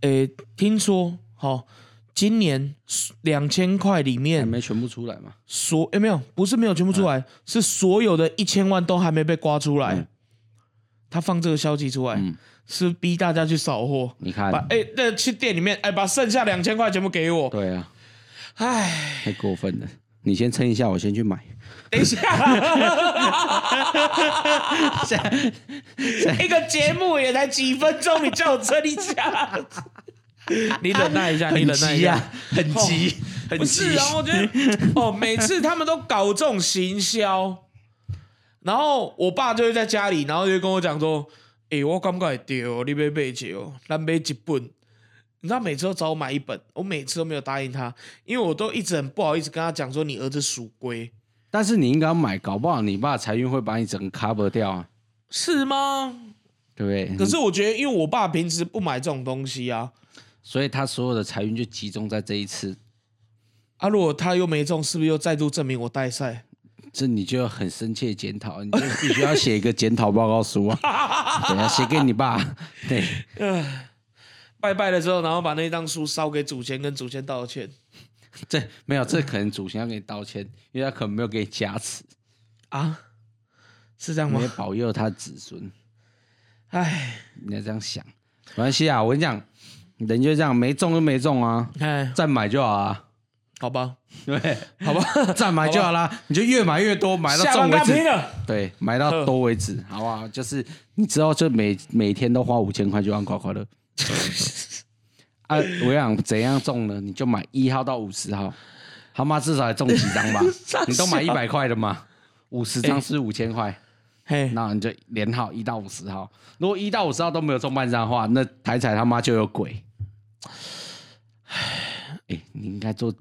Speaker 1: 诶，听说好，今年两千块里
Speaker 2: 还
Speaker 1: 面
Speaker 2: 没全部出来嘛。
Speaker 1: 所诶没有，不是没有全部出来，是所有的一千万都还没被刮出来
Speaker 2: 嗯。
Speaker 1: 他放这个消息出来，
Speaker 2: 嗯
Speaker 1: 是逼大家去扫货。
Speaker 2: 你看
Speaker 1: 把，哎、那去店里面，哎、把剩下两千块全部给我。
Speaker 2: 对啊，
Speaker 1: 哎，
Speaker 2: 太过分了。你先撑一下，我先去买。
Speaker 1: 等一下，
Speaker 2: 现在
Speaker 1: 一个节目也才几分钟，你叫我撑一 下？你忍耐一下，你
Speaker 2: 很
Speaker 1: 忍耐一哦
Speaker 2: 急
Speaker 1: 下。
Speaker 2: 啊，很急，很
Speaker 1: 不是
Speaker 2: 急。
Speaker 1: 啊，我觉得哦，每次他们都搞这种行销，然后我爸就会在家里，然后就会跟我讲说：“诶、我感觉会丢，你别买一哦，咱买一本。”你知道每次都找我买一本，我每次都没有答应他，因为我都一直很不好意思跟他讲说你儿子属龟，
Speaker 2: 但是你应该要买，搞不好你爸财运会把你整个 cover 掉啊，
Speaker 1: 是吗？
Speaker 2: 对不对？
Speaker 1: 可是我觉得，因为我爸平时不买这种东西啊，
Speaker 2: 所以他所有的财运就集中在这一次，
Speaker 1: 啊，如果他又没中，是不是又再度证明我带赛？
Speaker 2: 这你就很深切检讨，你就必须要写一个检讨报 告书啊。等一下写给你爸，对，
Speaker 1: 拜拜的时候，然后把那张书烧给祖先，跟祖先道歉
Speaker 2: 这没有，这可能祖先要给你道歉，因为他可能没有给你加持，
Speaker 1: 啊？是这样吗
Speaker 2: 没有？保佑他子孙。
Speaker 1: 唉，
Speaker 2: 你要这样想，没关系啊。我跟你讲，人就这样，没中就没中啊，
Speaker 1: 唉，
Speaker 2: 再买就好啊，
Speaker 1: 好吧，
Speaker 2: 对不对，
Speaker 1: 好吧，
Speaker 2: 再买就好啦，你就越买越多，买到
Speaker 1: 下
Speaker 2: 中
Speaker 1: 半
Speaker 2: 为
Speaker 1: 杠拼
Speaker 2: 止，
Speaker 1: 了，
Speaker 2: 对，买到多为止，好不好？就是你之后就每每天都花五千块去玩刮刮乐。 啊，我想怎样中呢？你就买一号到五十号，他妈至少也中几张吧
Speaker 1: 傻？
Speaker 2: 你都买一
Speaker 1: 笑
Speaker 2: 百块的嘛，五十张是五千块。
Speaker 1: 嘿，
Speaker 2: 那你就连号一到五十号，如果一到五十号都没有中半张的话，那台彩他妈就有鬼。哎、你应该做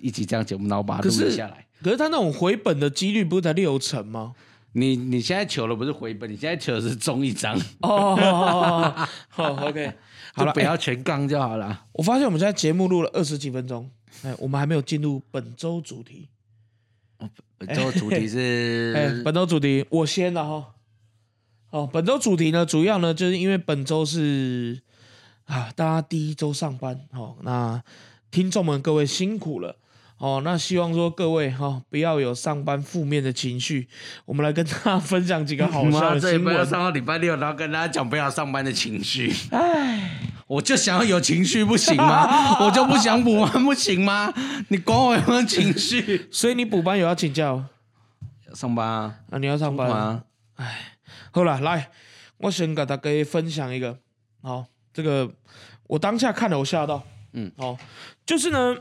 Speaker 2: 一集这样节目，然后把它
Speaker 1: 可
Speaker 2: 录
Speaker 1: 是
Speaker 2: 下来。
Speaker 1: 可是他那种回本的几率不是才六成吗？
Speaker 2: 你你现在求的不是回本，你现在求的是中一张，
Speaker 1: 哦，好，OK，好了
Speaker 2: 就不，要全杠就好了。
Speaker 1: 我发现我们现在节目录了二十几分钟，哎，我们还没有进入本周主题。
Speaker 2: 本周主题
Speaker 1: 哎、
Speaker 2: 是
Speaker 1: 本周主题我先了哈。哦，本周主题呢，主要呢就是因为本周是啊，大家第一周上班哦，那听众们各位辛苦了哦，那希望说各位哈、哦、不要有上班负面的情绪，我们来跟大家分享几个好笑
Speaker 2: 妈，
Speaker 1: 的
Speaker 2: 这一
Speaker 1: 新
Speaker 2: 波要
Speaker 1: 闻。
Speaker 2: 上到礼拜六，然后跟大家讲不要上班的情绪。唉，我就想要有情绪不行吗？我就不想补完不行吗？你管我有没有情绪？
Speaker 1: 所以你补班有要请假哦
Speaker 2: 上班啊，
Speaker 1: 啊？你要上班
Speaker 2: 上班啊。
Speaker 1: 好了，来，我先给大家分享一个，好、这个我当下看了我吓到，
Speaker 2: 嗯，
Speaker 1: 哦，就是呢，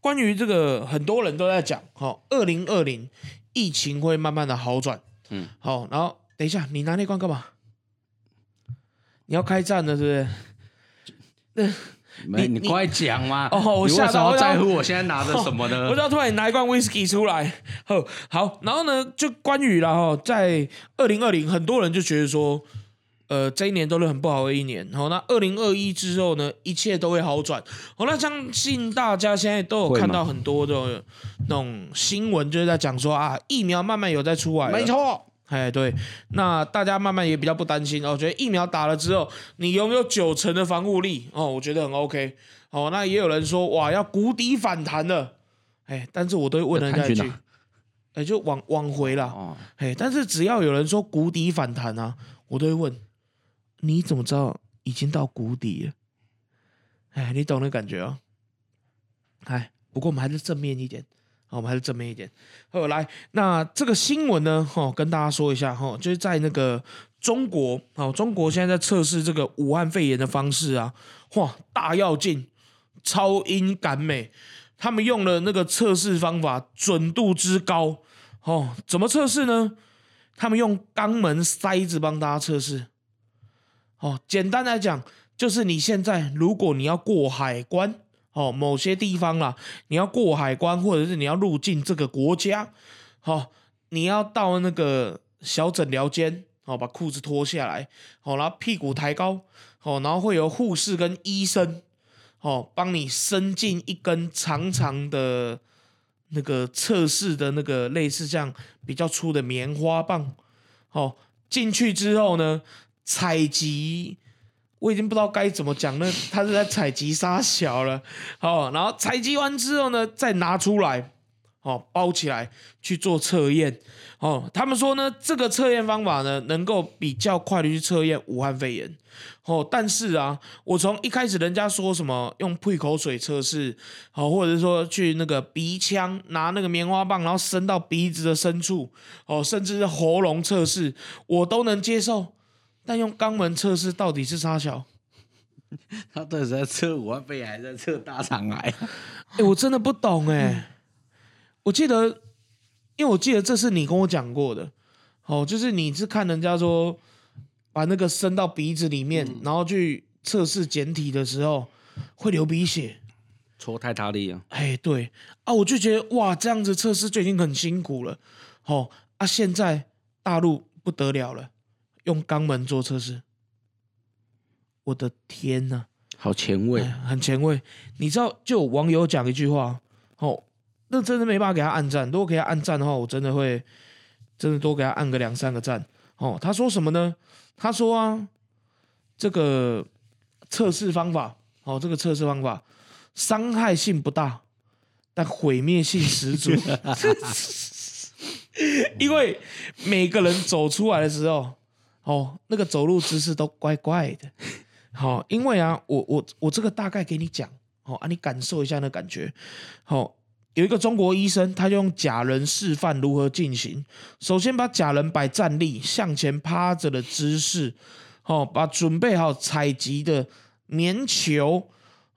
Speaker 1: 关于这个很多人都在讲，哦，二零二零疫情会慢慢的好转，
Speaker 2: 嗯，
Speaker 1: 好、然后等一下你拿那罐干嘛？你要开战了是不是？
Speaker 2: 没
Speaker 1: 你
Speaker 2: 你快讲嘛！
Speaker 1: 哦我
Speaker 2: 你
Speaker 1: 吓到
Speaker 2: 为什么
Speaker 1: 我
Speaker 2: 要在
Speaker 1: 想
Speaker 2: 乎我哦现在拿着什么
Speaker 1: 我
Speaker 2: 呢
Speaker 1: 知？道突然你拿一罐 whisky 出来，呵，好，然后呢，就关于啦哈，在二零二零，很多人就觉得说，呃，这一年都是很不好的一年，好，那二零二一之后呢，一切都会好转，好，那相信大家现在都有
Speaker 2: 会吗
Speaker 1: 看到很多的那种新闻，就是在讲说啊，疫苗慢慢有在出来，
Speaker 2: 没，错，
Speaker 1: 哎，对，那大家慢慢也比较不担心哦，觉得疫苗打了之后，你拥有九成的防护力哦，我觉得很 OK。哦，那也有人说哇，要谷底反弹了，哎，但是我都会问人家一
Speaker 2: 要看去
Speaker 1: 句
Speaker 2: 哪，
Speaker 1: 哎，就往往回啦，
Speaker 2: 哦，
Speaker 1: 哎，但是只要有人说谷底反弹啊，我都会问，你怎么知道已经到谷底了？哎，你懂那感觉哦。哎，不过我们还是正面一点，好，我们还是正面一点。好，来，那这个新闻呢，哦，跟大家说一下，哦，就是在那个中国，哦，中国现在在测试这个武汉肺炎的方式啊，哇，大跃进，超英赶美，他们用了那个测试方法准度之高，哦，怎么测试呢？他们用肛门塞子帮大家测试。哦，简单来讲，就是你现在如果你要过海关，哦，某些地方啦，你要过海关，或者是你要入境这个国家，哦，你要到那个小诊疗间，哦，把裤子脱下来，哦，然后屁股抬高，哦，然后会有护士跟医生，哦，帮你伸进一根长长的那个测试的那个类似像比较粗的棉花棒，哦，进去之后呢，采集，我已经不知道该怎么讲了，他是在采集沙小了，哦，然后采集完之后呢，再拿出来，哦，包起来去做测验，哦，他们说呢，这个测验方法呢，能够比较快的去测验武汉肺炎，哦，但是啊，我从一开始人家说什么用吐口水测试，好、或者是说去那个鼻腔拿那个棉花棒，然后伸到鼻子的深处，哦，甚至是喉咙测试，我都能接受。但用肛门测试到底是啥小？
Speaker 2: 他到底是在测武汉肺炎，还是在测大肠癌？
Speaker 1: 哎、我真的不懂哎、我记得，因为我记得这是你跟我讲过的，哦，就是你是看人家说把那个伸到鼻子里面，然后去测试简体的时候会流鼻血。
Speaker 2: 戳太大力啊！
Speaker 1: 哎，对啊，我就觉得哇，这样子测试就已经很辛苦了。哦啊，现在大陆不得了了，用肛门做测试，我的天呐、
Speaker 2: 好前卫
Speaker 1: 哎，很前卫。你知道，就有网友讲一句话，哦，那真的没办法给他按赞。如果给他按赞的话，我真的会真的多给他按个两三个赞。哦，他说什么呢？他说啊，这个测试方法，哦，这个测试方法伤害性不大，但毁灭性十足。因为每个人走出来的时候，哦，那个走路姿势都怪怪的。好、因为啊，我我我这个大概给你讲，好、啊，你感受一下那感觉。好、有一个中国医生，他就用假人示范如何进行。首先把假人摆站立，向前趴着的姿势，哦，把准备好采集的棉球，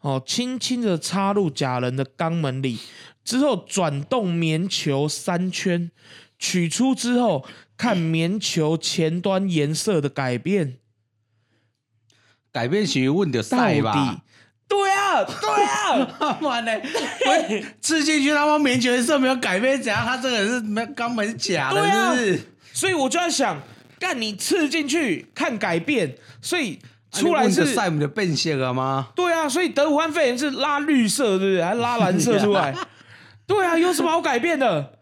Speaker 1: 哦，轻轻的插入假人的肛门里，之后转动棉球三圈，取出之后看棉球前端颜色的改变。
Speaker 2: 改变学问的赛吧？
Speaker 1: 对啊，对啊， 哎
Speaker 2: 他妈的，我吃进去他妈棉球色没有改变，怎样？他这个人是没肛门是假
Speaker 1: 对啊
Speaker 2: 的，是不是？
Speaker 1: 所以我就在想，干你刺进去看改变，所以出
Speaker 2: 啊
Speaker 1: 来
Speaker 2: 你问
Speaker 1: 是
Speaker 2: 的赛姆的变性了吗？
Speaker 1: 对啊，所以得武汉肺炎是拉绿色，对不对？还拉蓝色出 来，对啊，有什么好改变的？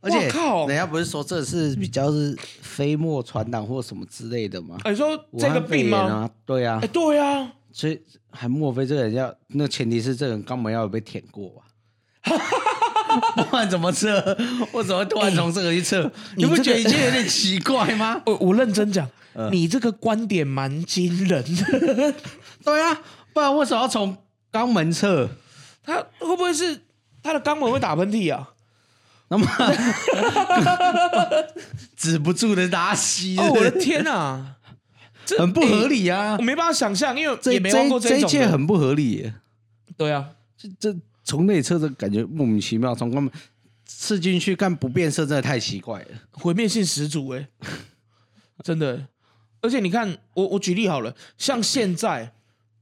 Speaker 2: 而且
Speaker 1: 哇靠
Speaker 2: 人家不是说这是比较是飞沫传染或什么之类的吗？
Speaker 1: 哎你说
Speaker 2: 武
Speaker 1: 这
Speaker 2: 汉
Speaker 1: 个
Speaker 2: 肺
Speaker 1: 病
Speaker 2: 炎
Speaker 1: 吗？
Speaker 2: 啊，对啊
Speaker 1: 哎，，对啊，
Speaker 2: 所以还莫非这个人要那前提是这个人肛门要有被舔过 吧？不然怎么测？我怎么突然从这个去测？你
Speaker 1: 这
Speaker 2: 不
Speaker 1: 个
Speaker 2: 觉得已经有点奇怪吗？
Speaker 1: 我我认真讲，
Speaker 2: 嗯
Speaker 1: 你这个观点蛮惊人 的。
Speaker 2: 对啊，不然为什么要从肛门测？
Speaker 1: 他会不会是他的肛门会打喷嚏 啊？
Speaker 2: 那么止不住的拉稀。
Speaker 1: 哦，我的
Speaker 2: 是不是
Speaker 1: 天啊！这哎
Speaker 2: 很不合、理啊
Speaker 1: 我！没办法想象，因为
Speaker 2: 这
Speaker 1: 也没玩过
Speaker 2: 这一
Speaker 1: 种
Speaker 2: 切
Speaker 1: 的。
Speaker 2: 很不合理耶，
Speaker 1: 对啊，
Speaker 2: 这这从内测的感觉莫名其妙，从他们刺进去干不变色，真的太奇怪了。
Speaker 1: 毁灭性十足哎、真的欸、而且你看，我我举例好了，像现在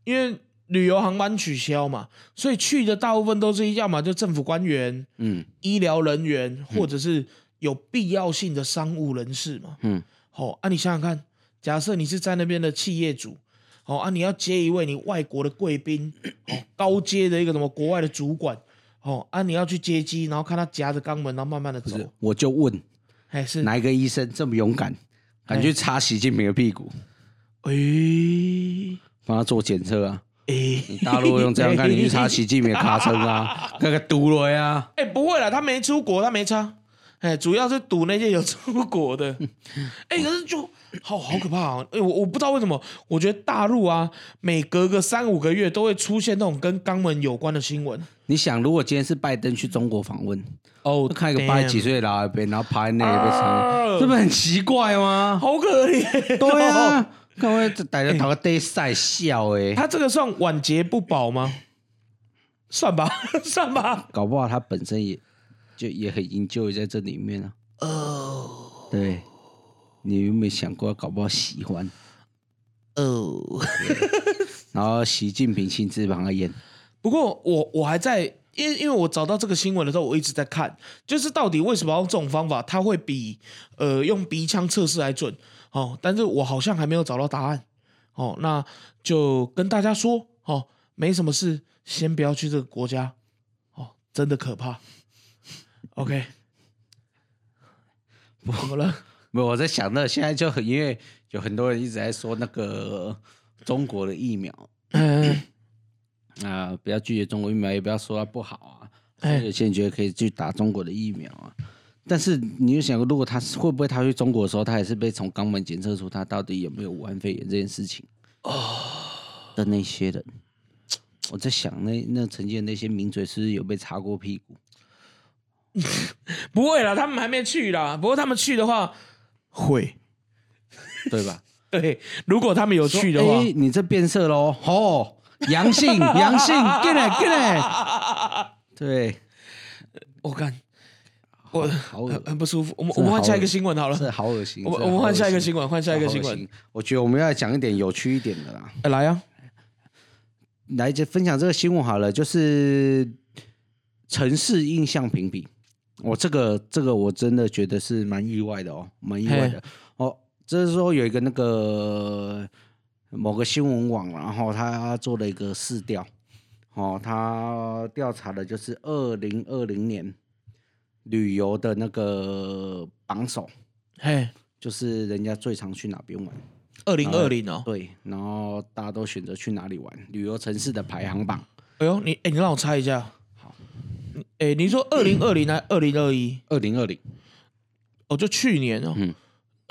Speaker 1: 因为旅游航班取消嘛，所以去的大部分都是要么就政府官员、
Speaker 2: 嗯
Speaker 1: 医疗人员，或者是有必要性的商务人士嘛。
Speaker 2: 嗯，
Speaker 1: 好、啊，你想想看，假设你是在那边的企业主，好、啊，你要接一位你外国的贵宾，哦，高阶的一个什么国外的主管，哦，啊，你要去接机，然后看他夹着肛门，然后慢慢的走，
Speaker 2: 我就问
Speaker 1: 哎是，
Speaker 2: 哪一个医生这么勇敢，敢去擦习近平的屁股，
Speaker 1: 哎诶
Speaker 2: 帮他做检测啊？
Speaker 1: 诶，
Speaker 2: 你大陆用这样看，你去擦习近平的卡车啊， 那个毒啊了呀！
Speaker 1: 哎、不会啦，他没出国，他没差。哎、主要是赌那些有出国 的。哎、可是就好好可怕啊！哎、我我不知道为什么，我觉得大陆啊，每隔个三五个月都会出现那种跟肛门有关的新闻。
Speaker 2: 你想，如果今天是拜登去中国访问，
Speaker 1: 哦
Speaker 2: 我看一个八十几，岁的老阿伯，然后趴在那里被杀，
Speaker 1: 啊
Speaker 2: 这不是很奇怪吗？
Speaker 1: 好可 怜、
Speaker 2: 对啊，，看我这逮着头个呆晒笑哎，
Speaker 1: 他这个算晚节不保吗？算吧， 算吧。
Speaker 2: 搞不好他本身也就也很营救在这里面啊。
Speaker 1: 哦
Speaker 2: 对，你有没有想过，搞不好喜欢？
Speaker 1: 哦。
Speaker 2: 然后习近平亲自帮他演，
Speaker 1: 不过我我还在，因为因为我找到这个新闻的时候，我一直在看，就是到底为什么要用这种方法，它会比呃用鼻腔测试还准哦。但是我好像还没有找到答案哦，那就跟大家说哦，没什么事，先不要去这个国家哦，真的可怕。OK，怎么了？
Speaker 2: 没有我在想那现在就很因为有很多人一直在说那个中国的疫苗
Speaker 1: 嗯，
Speaker 2: 啊、不要拒绝中国疫苗，也不要说它不好啊。
Speaker 1: 哎
Speaker 2: 有些人觉得可以去打中国的疫苗啊，但是你有想过，如果他是会不会他去中国的时候，他也是被从肛门检测出他到底有没有武汉肺炎这件事情哦的那些人，我在想那那曾经的那些名嘴是不是有被擦过屁股？
Speaker 1: 不会啦，他们还没去啦。不过他们去的话，会
Speaker 2: 对吧？
Speaker 1: 对，如果他们有去的话。
Speaker 2: 诶你这变色喽，吼，阳性，阳性，进来，进来，对，
Speaker 1: 我看，我
Speaker 2: 好恶
Speaker 1: 很很不舒服。我 们我
Speaker 2: 真的
Speaker 1: 们换
Speaker 2: 好
Speaker 1: 下一
Speaker 2: 恶
Speaker 1: 个新闻好
Speaker 2: 这
Speaker 1: 了。
Speaker 2: 好恶心。
Speaker 1: 我们
Speaker 2: 这
Speaker 1: 我们
Speaker 2: 好
Speaker 1: 换
Speaker 2: 恶
Speaker 1: 下一个
Speaker 2: 心
Speaker 1: 新闻，换下一个
Speaker 2: 好恶
Speaker 1: 新闻
Speaker 2: 心。。我觉得我们要讲一点有趣一点的啦。
Speaker 1: 哎来呀，
Speaker 2: 来就分享这个新闻好了，就是城市印象评比。我、这个这个我真的觉得是蛮意外的哦，蛮意外的哦。这是说有一个那个某个新闻网，然后他做了一个试调，哦，他调查的就是二零二零年旅游的那个榜首，
Speaker 1: 嘿，
Speaker 2: 就是人家最常去哪边玩。
Speaker 1: 二零二零哦。
Speaker 2: 对，然后大家都选择去哪里玩，旅游城市的排行榜。
Speaker 1: 哎呦，你哎，你让我猜一下。好。哎，你说二零二零还二零二一？
Speaker 2: 二零二零，
Speaker 1: 哦，就去年哦
Speaker 2: 嗯。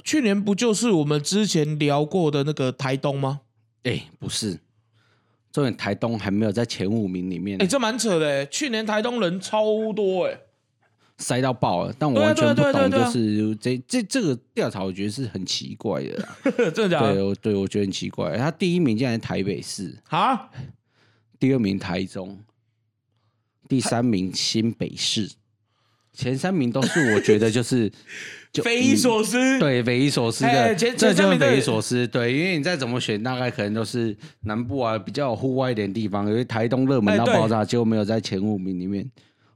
Speaker 1: 去年不就是我们之前聊过的那个台东吗？
Speaker 2: 哎，不是，重点台东还没有在前五名里面
Speaker 1: 哎，，这蛮扯的哎。去年台东人超多哎。
Speaker 2: 塞到爆了。但我
Speaker 1: 对啊
Speaker 2: 完
Speaker 1: 对啊
Speaker 2: 全不
Speaker 1: 对啊
Speaker 2: 懂，
Speaker 1: 对啊对
Speaker 2: 就
Speaker 1: 啊
Speaker 2: 是这这这个调查，我觉得是很奇怪的啦。
Speaker 1: 真的假
Speaker 2: 对，
Speaker 1: 的？
Speaker 2: 我对我觉得很奇怪。他第一名竟然是台北市，
Speaker 1: 啊？
Speaker 2: 第二名台中，第三名新北市，前三名都是我觉得就是 就
Speaker 1: 匪夷所思。
Speaker 2: 对，匪夷所思
Speaker 1: 哎
Speaker 2: 的，
Speaker 1: 前前
Speaker 2: 这
Speaker 1: 三
Speaker 2: 就是
Speaker 1: 名对
Speaker 2: 匪夷所思。对，因为你再怎么选，大概可能都是南部啊，比较有户外一点地方，因为台东热门
Speaker 1: 哎
Speaker 2: 到
Speaker 1: 对
Speaker 2: 爆炸，结果没有在前五名里面，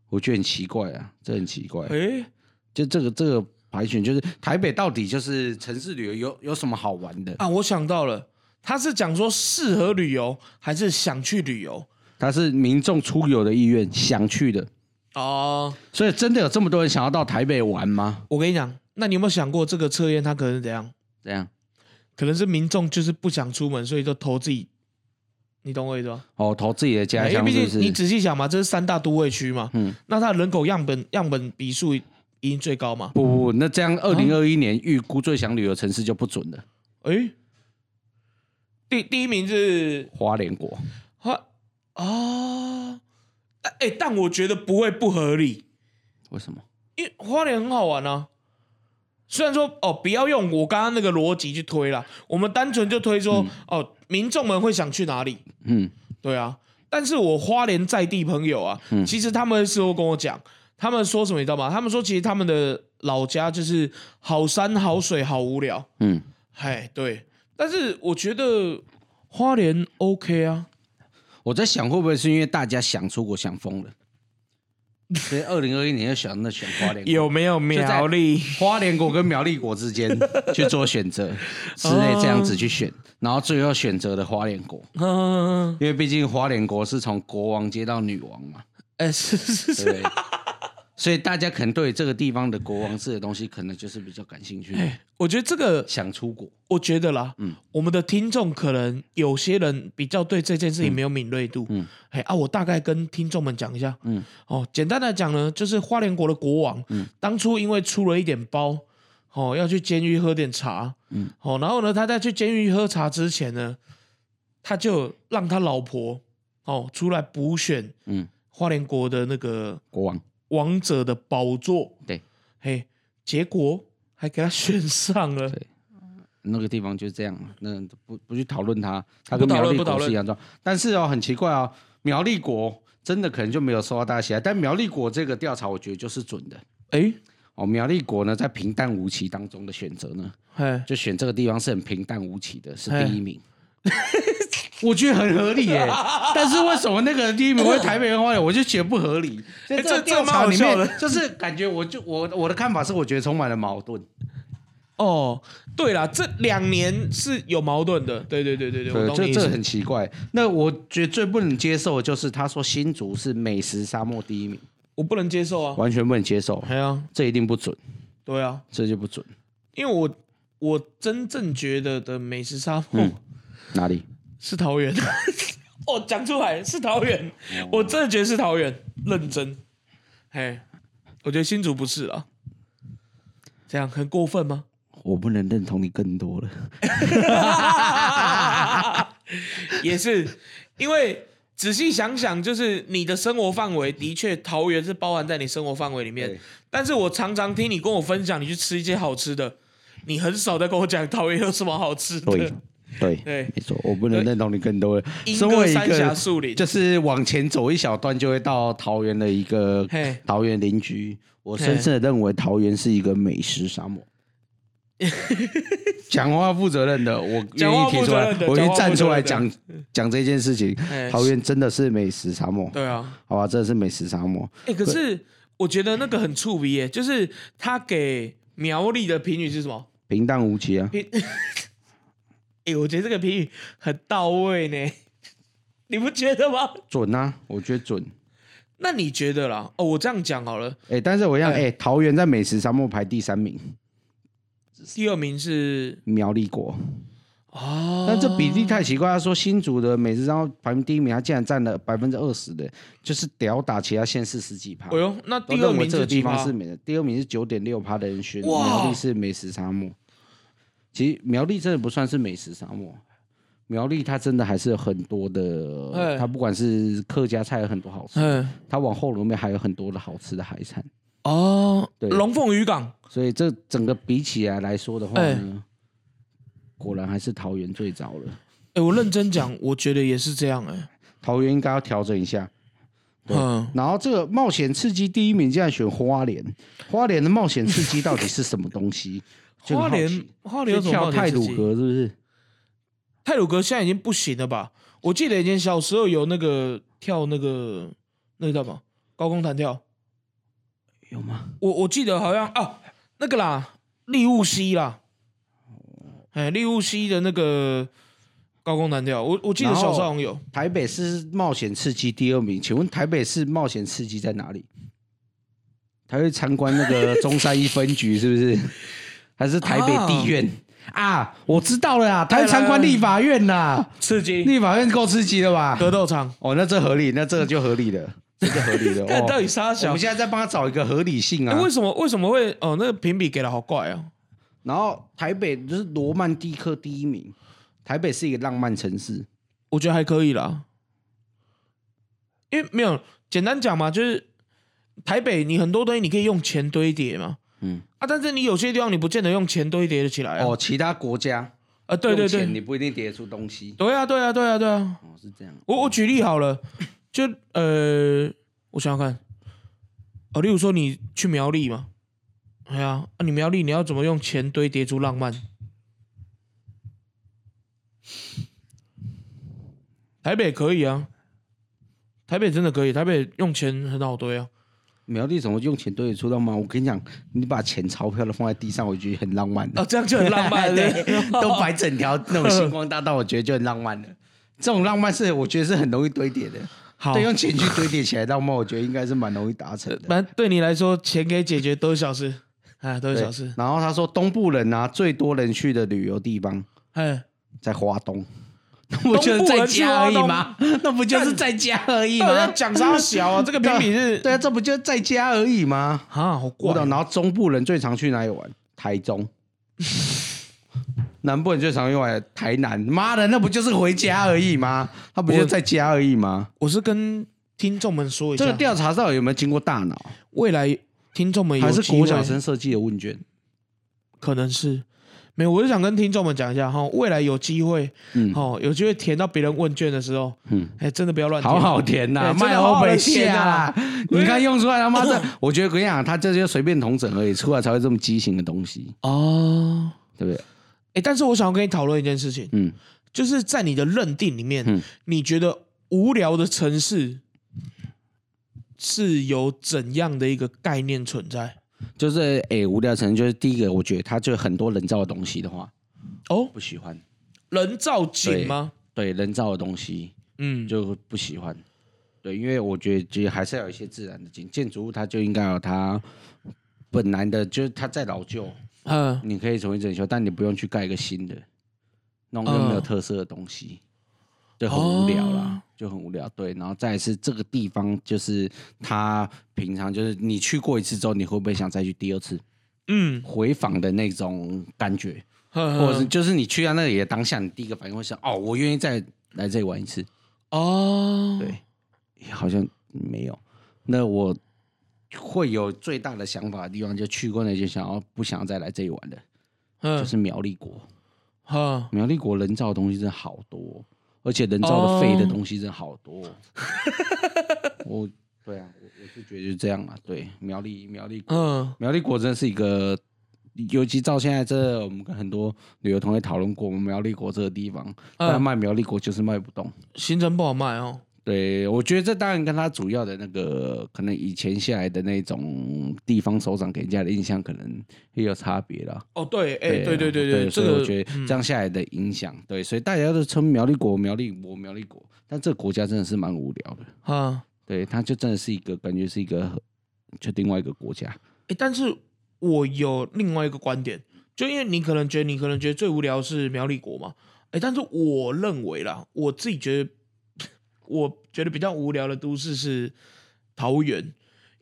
Speaker 2: 我觉得很奇怪啊，这很奇怪。
Speaker 1: 哎，
Speaker 2: 就这个这个排选，就是台北到底就是城市旅游有有什么好玩的？
Speaker 1: 啊，我想到了，他是讲说适合旅游还是想去旅游？
Speaker 2: 它是民众出游的意愿想去的，
Speaker 1: 哦，
Speaker 2: 所以真的有这么多人想要到台北玩吗？
Speaker 1: 我跟你讲，那你有没有想过这个测验它可能是怎样？
Speaker 2: 这样
Speaker 1: 可能是民众就是不想出门，所以就投自己，你懂我意思吗？
Speaker 2: 哦，投自己的家
Speaker 1: 因为
Speaker 2: 乡
Speaker 1: 哎毕
Speaker 2: 是不
Speaker 1: 竟你
Speaker 2: 是？
Speaker 1: 仔细想嘛，这是三大都会区嘛，
Speaker 2: 嗯
Speaker 1: 嗯，那它人口样本样本比数一定最高嘛？
Speaker 2: 不不，不那这样
Speaker 1: 啊
Speaker 2: 二零二一年预估最想旅游城市就不准了，
Speaker 1: 诶，哎第第一名是
Speaker 2: 花莲国。
Speaker 1: 花啊，哎、诶但我觉得不会不合理，
Speaker 2: 为什么？
Speaker 1: 因为花莲很好玩啊。虽然说哦，不要用我刚刚那个逻辑去推啦，我们单纯就推说、哦，民众们会想去哪里？
Speaker 2: 嗯，
Speaker 1: 对啊，但是我花莲在地朋友啊，其实他们事后跟我讲，他们说什么你知道吗？他们说其实他们的老家就是好山好水好无聊，
Speaker 2: 嗯，
Speaker 1: 嗨，对。但是我觉得花莲 OK 啊，
Speaker 2: 我在想会不会是因为大家想出国想疯了，所以二零二一年就想那选花莲 国，
Speaker 1: 有没有苗栗？
Speaker 2: 花莲国跟苗栗国之间去做选 择之类这样子去选，然后最后选择了花莲国，
Speaker 1: 嗯，
Speaker 2: 因为毕竟花莲国是从国王接到女王嘛，
Speaker 1: 哎、是是
Speaker 2: 对
Speaker 1: 是，
Speaker 2: 不 对？所以大家可能对这个地方的国王制的东西，可能就是比较感兴趣，
Speaker 1: 我觉得这个
Speaker 2: 想出国。
Speaker 1: 我觉得啦，我们的听众可能有些人比较对这件事情没有敏锐度，嗯，哎啊，我大概跟听众们讲一下，嗯，哦，简单来讲呢，就是花莲国的国王，当初因为出了一点包，哦，要去监狱喝点茶，嗯，哦，然后呢，他在去监狱喝茶之前呢，他就让他老婆哦出来补选
Speaker 2: 嗯，
Speaker 1: 花莲国的那个
Speaker 2: 国王
Speaker 1: 王者的宝座，
Speaker 2: 对，
Speaker 1: 嘿，结果还给他选上了，
Speaker 2: 那个地方就是这样，那不不去讨论它，它
Speaker 1: 不
Speaker 2: 跟
Speaker 1: 讨论
Speaker 2: 苗栗
Speaker 1: 不讨
Speaker 2: 国
Speaker 1: 论
Speaker 2: 是一样的。但是哦，很奇怪哦，苗栗国真的可能就没有受到大家喜爱，但苗栗国这个调查，我觉得就是准的。
Speaker 1: 哎，
Speaker 2: 哦，苗栗国呢，在平淡无奇当中的选择呢，
Speaker 1: 嘿。
Speaker 2: 就选这个地方是很平淡无奇的，是第一名。我觉得很合理耶、但是为什么那 个第一名会台北人花莲，我就觉得不合理。所以
Speaker 1: 哎这
Speaker 2: 这个调
Speaker 1: 这蛮好
Speaker 2: 查里
Speaker 1: 笑的
Speaker 2: 面，就是感觉我就我我的看法是，我觉得充满了矛盾。
Speaker 1: 哦，对啦，这两年是有矛盾的，对对对对对，我
Speaker 2: 对，
Speaker 1: 懂你
Speaker 2: 这
Speaker 1: 意思
Speaker 2: 这很奇怪。那我觉得最不能接受的就是他说新竹是美食沙漠第一名，
Speaker 1: 我不能接受啊。
Speaker 2: 完全不能接受，
Speaker 1: 哎呀，
Speaker 2: 这一定不准，
Speaker 1: 对啊，
Speaker 2: 这就不准。
Speaker 1: 因为我我真正觉得的美食沙漠
Speaker 2: 哪里？
Speaker 1: 是桃园， 哦，讲出来是桃园，我真的觉得是桃园，认真。嘿，我觉得新竹不是啊，这样很过分吗？
Speaker 2: 我不能认同你更多了。
Speaker 1: 也是，因为仔细想想，就是你的生活范围的确桃园是包含在你生活范围里面
Speaker 2: 对。
Speaker 1: 但是我常常听你跟我分享你去吃一些好吃的，你很少在跟我讲桃园有什么好吃
Speaker 2: 对
Speaker 1: 的。
Speaker 2: 对，
Speaker 1: 对，
Speaker 2: 没错，我不能认同你更多了。
Speaker 1: 莺
Speaker 2: 身
Speaker 1: 歌
Speaker 2: 为一
Speaker 1: 三峡
Speaker 2: 个
Speaker 1: 树林，
Speaker 2: 就是往前走一小段就会到桃园的一个
Speaker 1: 嘿
Speaker 2: 桃园邻居，我深深的认为桃园是一个美食 沙漠。讲话负责任的，我
Speaker 1: 讲
Speaker 2: 愿
Speaker 1: 话
Speaker 2: 意
Speaker 1: 负
Speaker 2: 提出
Speaker 1: 责
Speaker 2: 来
Speaker 1: 任的，
Speaker 2: 我愿
Speaker 1: 讲话
Speaker 2: 意站
Speaker 1: 负责
Speaker 2: 出来
Speaker 1: 任的
Speaker 2: 讲讲这件事情
Speaker 1: 哎。
Speaker 2: 桃园真的是美食沙漠，
Speaker 1: 对啊，
Speaker 2: 好吧，真的是美食沙漠。
Speaker 1: 哎、可是我觉得那个很触鼻耶，就是他给苗栗的评语是什么？
Speaker 2: 平淡无奇啊，
Speaker 1: 哎、我觉得这个评语很到位呢， 你不觉得吗？
Speaker 2: 准啊，我觉得准。
Speaker 1: 那你觉得啦？哦，我这样讲好了，
Speaker 2: 哎、但是我要
Speaker 1: 哎
Speaker 2: 哎、桃园在美食沙漠排第三名，
Speaker 1: 第二名是
Speaker 2: 苗栗国。
Speaker 1: 哦，
Speaker 2: 但这比例太奇怪。他说新竹的美食沙漠排名第一名，他竟然占了百分之二十的，就是吊打其他县市十几趴
Speaker 1: 哎。呦，那第
Speaker 2: 都
Speaker 1: 二
Speaker 2: 认为
Speaker 1: 名
Speaker 2: 这
Speaker 1: 是
Speaker 2: 个
Speaker 1: 几
Speaker 2: 地
Speaker 1: 趴
Speaker 2: 方是美的，第二名是九点六趴的人选，
Speaker 1: 哇
Speaker 2: 苗栗是美食沙漠。其实苗栗真的不算是美食沙漠，苗栗它真的还是有很多
Speaker 1: 哎
Speaker 2: 的，它不管是客家菜有很多好吃，
Speaker 1: 嗯
Speaker 2: 它往后里面还有很多的好吃的海产。
Speaker 1: 哦，
Speaker 2: 对
Speaker 1: 龙凤渔港
Speaker 2: 所以这整个比起来来说的话
Speaker 1: 哎
Speaker 2: 呢，果然还是桃园最早了。
Speaker 1: 哎、我认真 讲，我觉得也是这样哎、
Speaker 2: 桃园应该要调整一下。对
Speaker 1: 嗯，
Speaker 2: 然后这个冒险刺激第一名竟然选花莲，花莲的冒险刺激到底是什么东西？就
Speaker 1: 花
Speaker 2: 很好奇
Speaker 1: 莲花莲有什
Speaker 2: 去
Speaker 1: 么冒
Speaker 2: 跳
Speaker 1: 险
Speaker 2: 泰
Speaker 1: 刺
Speaker 2: 鲁
Speaker 1: 激
Speaker 2: 格是不是？
Speaker 1: 泰鲁格现在已经不行了吧？我记得以前小时候有那个跳那个那个叫什么高空弹跳，
Speaker 2: 有吗？
Speaker 1: 我我记得好像啊那个啦，利物西啦，
Speaker 2: 哦
Speaker 1: 哎、利物西的那个高空弹跳，我我记得
Speaker 2: 然后
Speaker 1: 小时候好像有。
Speaker 2: 台北市冒险刺激第二名，请问台北市冒险刺激在哪里？他会参观那个中山一分局是不是？ 还是台北地院啊我知道了啊，他会参观立法院呐，
Speaker 1: 刺激
Speaker 2: 立法院够刺激了吧？
Speaker 1: 格斗场，
Speaker 2: 哦，那这合理，那这个就合理 了，这就合理了。
Speaker 1: 看
Speaker 2: 哦
Speaker 1: 到底啥
Speaker 2: 我
Speaker 1: 小
Speaker 2: 们？现在在帮他找一个合理性啊。
Speaker 1: 哎为什么为什么会哦？那个评比给的好怪啊！
Speaker 2: 然后台北就是罗曼蒂克第一名，台北是一个浪漫城市，
Speaker 1: 我觉得还可以啦，因为没有简单讲嘛，就是台北你很多东西你可以用钱堆叠嘛，嗯啊，但是你有些地方你不见得用钱堆叠得起来啊。
Speaker 2: 哦，其他国家
Speaker 1: 啊，对对
Speaker 2: 用钱
Speaker 1: 对，
Speaker 2: 你不一定叠得出东西。
Speaker 1: 对啊对啊对啊对啊。
Speaker 2: 哦，是这样。
Speaker 1: 我我举例好了，就呃，我想想看，哦，例如说你去苗栗嘛，哎呀、啊，你苗栗你要怎么用钱堆叠出浪漫？台北可以啊，台北真的可以，台北用钱很好堆啊。
Speaker 2: 苗栗怎么用钱堆得出浪漫？我跟你讲，你把钱钞票都放在地上，我觉得很浪漫的。
Speaker 1: 哦，这样就很浪漫
Speaker 2: 对
Speaker 1: 对，
Speaker 2: 都摆整条那种星光大道，我觉得就很浪漫的。这种浪漫是我觉得是很容易堆叠的。
Speaker 1: 好
Speaker 2: 对，，用钱去堆叠起来浪漫，我觉得应该是蛮容易达成 的。
Speaker 1: 反正对你来说，钱可以解决多少事，哎，多
Speaker 2: 对
Speaker 1: 少事，
Speaker 2: 然后他说，东部人啊，最多人去的旅游地方
Speaker 1: 哎，
Speaker 2: 在花东。 那不就是在家而已吗？那不就是在家而已
Speaker 1: 到底要
Speaker 2: 吗？
Speaker 1: 讲啥小啊？这个评比是
Speaker 2: 对啊，这不就是在家而已吗？
Speaker 1: 啊，好
Speaker 2: 我
Speaker 1: 怪
Speaker 2: 懂。然后中部人最常去哪里玩？台中。南部人最常去玩台南。妈的，那不就是回家而已吗？他不就是在家而已吗？
Speaker 1: 我是跟听众们说一
Speaker 2: 这个
Speaker 1: 下，
Speaker 2: 调查到底有没有经过大脑，
Speaker 1: 未来听众们有
Speaker 2: 还是
Speaker 1: 机
Speaker 2: 国
Speaker 1: 会
Speaker 2: 小生设计的问卷？
Speaker 1: 可能是没有，我是想跟听众们讲一下哈，未来有机会，
Speaker 2: 嗯
Speaker 1: 哦，有机会填到别人问卷的时候，
Speaker 2: 嗯，
Speaker 1: 哎，真的不要乱填，
Speaker 2: 好好填呐、
Speaker 1: 哎真的
Speaker 2: 卖
Speaker 1: 好
Speaker 2: 欧
Speaker 1: 好
Speaker 2: 北
Speaker 1: 填
Speaker 2: 线啊
Speaker 1: 啊！哎
Speaker 2: 你看用出来他妈的，我觉得跟你讲，他这就随便同整而已，出来才会这么畸形的东西，
Speaker 1: 哦。
Speaker 2: 对不对？
Speaker 1: 哎，但是我想要跟你讨论一件事情，
Speaker 2: 嗯，
Speaker 1: 就是在你的认定里面，
Speaker 2: 嗯
Speaker 1: 你觉得无聊的城市是有怎样的一个概念存在？
Speaker 2: 就是诶、无聊城就是第一个，我觉得它就很多人造的东西的话，
Speaker 1: 哦，
Speaker 2: 不喜欢。
Speaker 1: 人造景吗？
Speaker 2: 对人造的东西，
Speaker 1: 嗯，
Speaker 2: 就不喜欢。对，因为我觉得其实还是要有一些自然的景，建筑物它就应该有它本来的，就是它再老旧，
Speaker 1: 嗯，
Speaker 2: 你可以重新整修，但你不用去盖一个新的，那种又没有特色的东西，就很无聊啦，就很无聊。对，然后再来是这个地方，就是它平常就是你去过一次之后，你会不会想再去第二次
Speaker 1: 嗯，
Speaker 2: 回访的那种感觉，
Speaker 1: 呵呵
Speaker 2: 或者是就是你去到那里的当下，你第一个反应会是哦，我愿意再来这里玩一次。
Speaker 1: 哦，
Speaker 2: 对，好像没有。那我会有最大的想法的地方，就去过那些想要不想再来这里玩的，
Speaker 1: 嗯，
Speaker 2: 就是苗栗国。
Speaker 1: 哈，
Speaker 2: 苗栗国人造的东西真的好多哦，而且人造
Speaker 1: 哦
Speaker 2: 的废的东西真的好多 哦。我对啊，我我是觉得就这样啊。对，苗栗苗栗
Speaker 1: 嗯，
Speaker 2: 苗栗国真的是一个，尤其到现在这，我们跟很多旅游同学讨论过，我们苗栗国这个地方，
Speaker 1: 嗯
Speaker 2: 但卖苗栗国就是卖不动。
Speaker 1: 行程不好卖哦。
Speaker 2: 对，我觉得这当然跟他主要的那个可能以前下来的那种地方首长给人家的印象可能也有差别了。
Speaker 1: 哦，对，哎、对对
Speaker 2: 对啊
Speaker 1: 对这
Speaker 2: 对，所以
Speaker 1: 个嗯
Speaker 2: 我觉得这样下来的影响，对，所以大家都称苗栗国、苗栗国、苗栗国，但这个国家真的是蛮无聊的。
Speaker 1: 啊，
Speaker 2: 对，它就真的是一个感觉是一个就另外一个国家。
Speaker 1: 哎、但是我有另外一个观点，就因为你可能觉得你可能觉得最无聊是苗栗国嘛，哎、但是我认为啦，我自己觉得， 我觉得比较无聊的都市是桃园，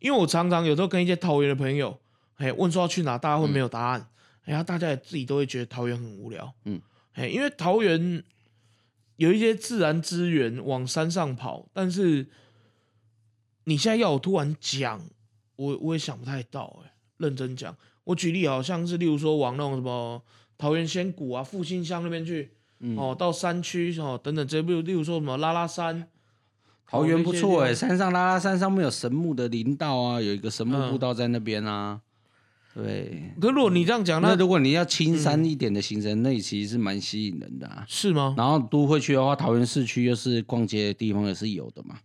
Speaker 1: 因为我常常有时候跟一些桃园的朋友，哎、问说要去哪，大家会没有答案，然后、大家也自己都会觉得桃园很无聊，
Speaker 2: 嗯，
Speaker 1: 哎、因为桃园有一些自然资源往山上跑，但是你现在要我突然讲。我我也想不太到哎、认真讲，我举例好像是例如说往那种什么桃园仙谷啊、复兴乡那边去，
Speaker 2: 嗯
Speaker 1: 哦，到山区哦等等这些，例如例如说什么拉拉山，
Speaker 2: 桃园不错哎、
Speaker 1: 哎、
Speaker 2: 山上拉拉山上面有神木的林道啊，有一个神木
Speaker 1: 嗯
Speaker 2: 步道在那边啊。对，
Speaker 1: 可如果你这样讲，
Speaker 2: 那
Speaker 1: 那嗯
Speaker 2: 如果你要青山一点的行程，那里其实是蛮吸引人的啊。
Speaker 1: 是吗？
Speaker 2: 然后都会区的话，桃园市区又是逛街的地方也是有的嘛。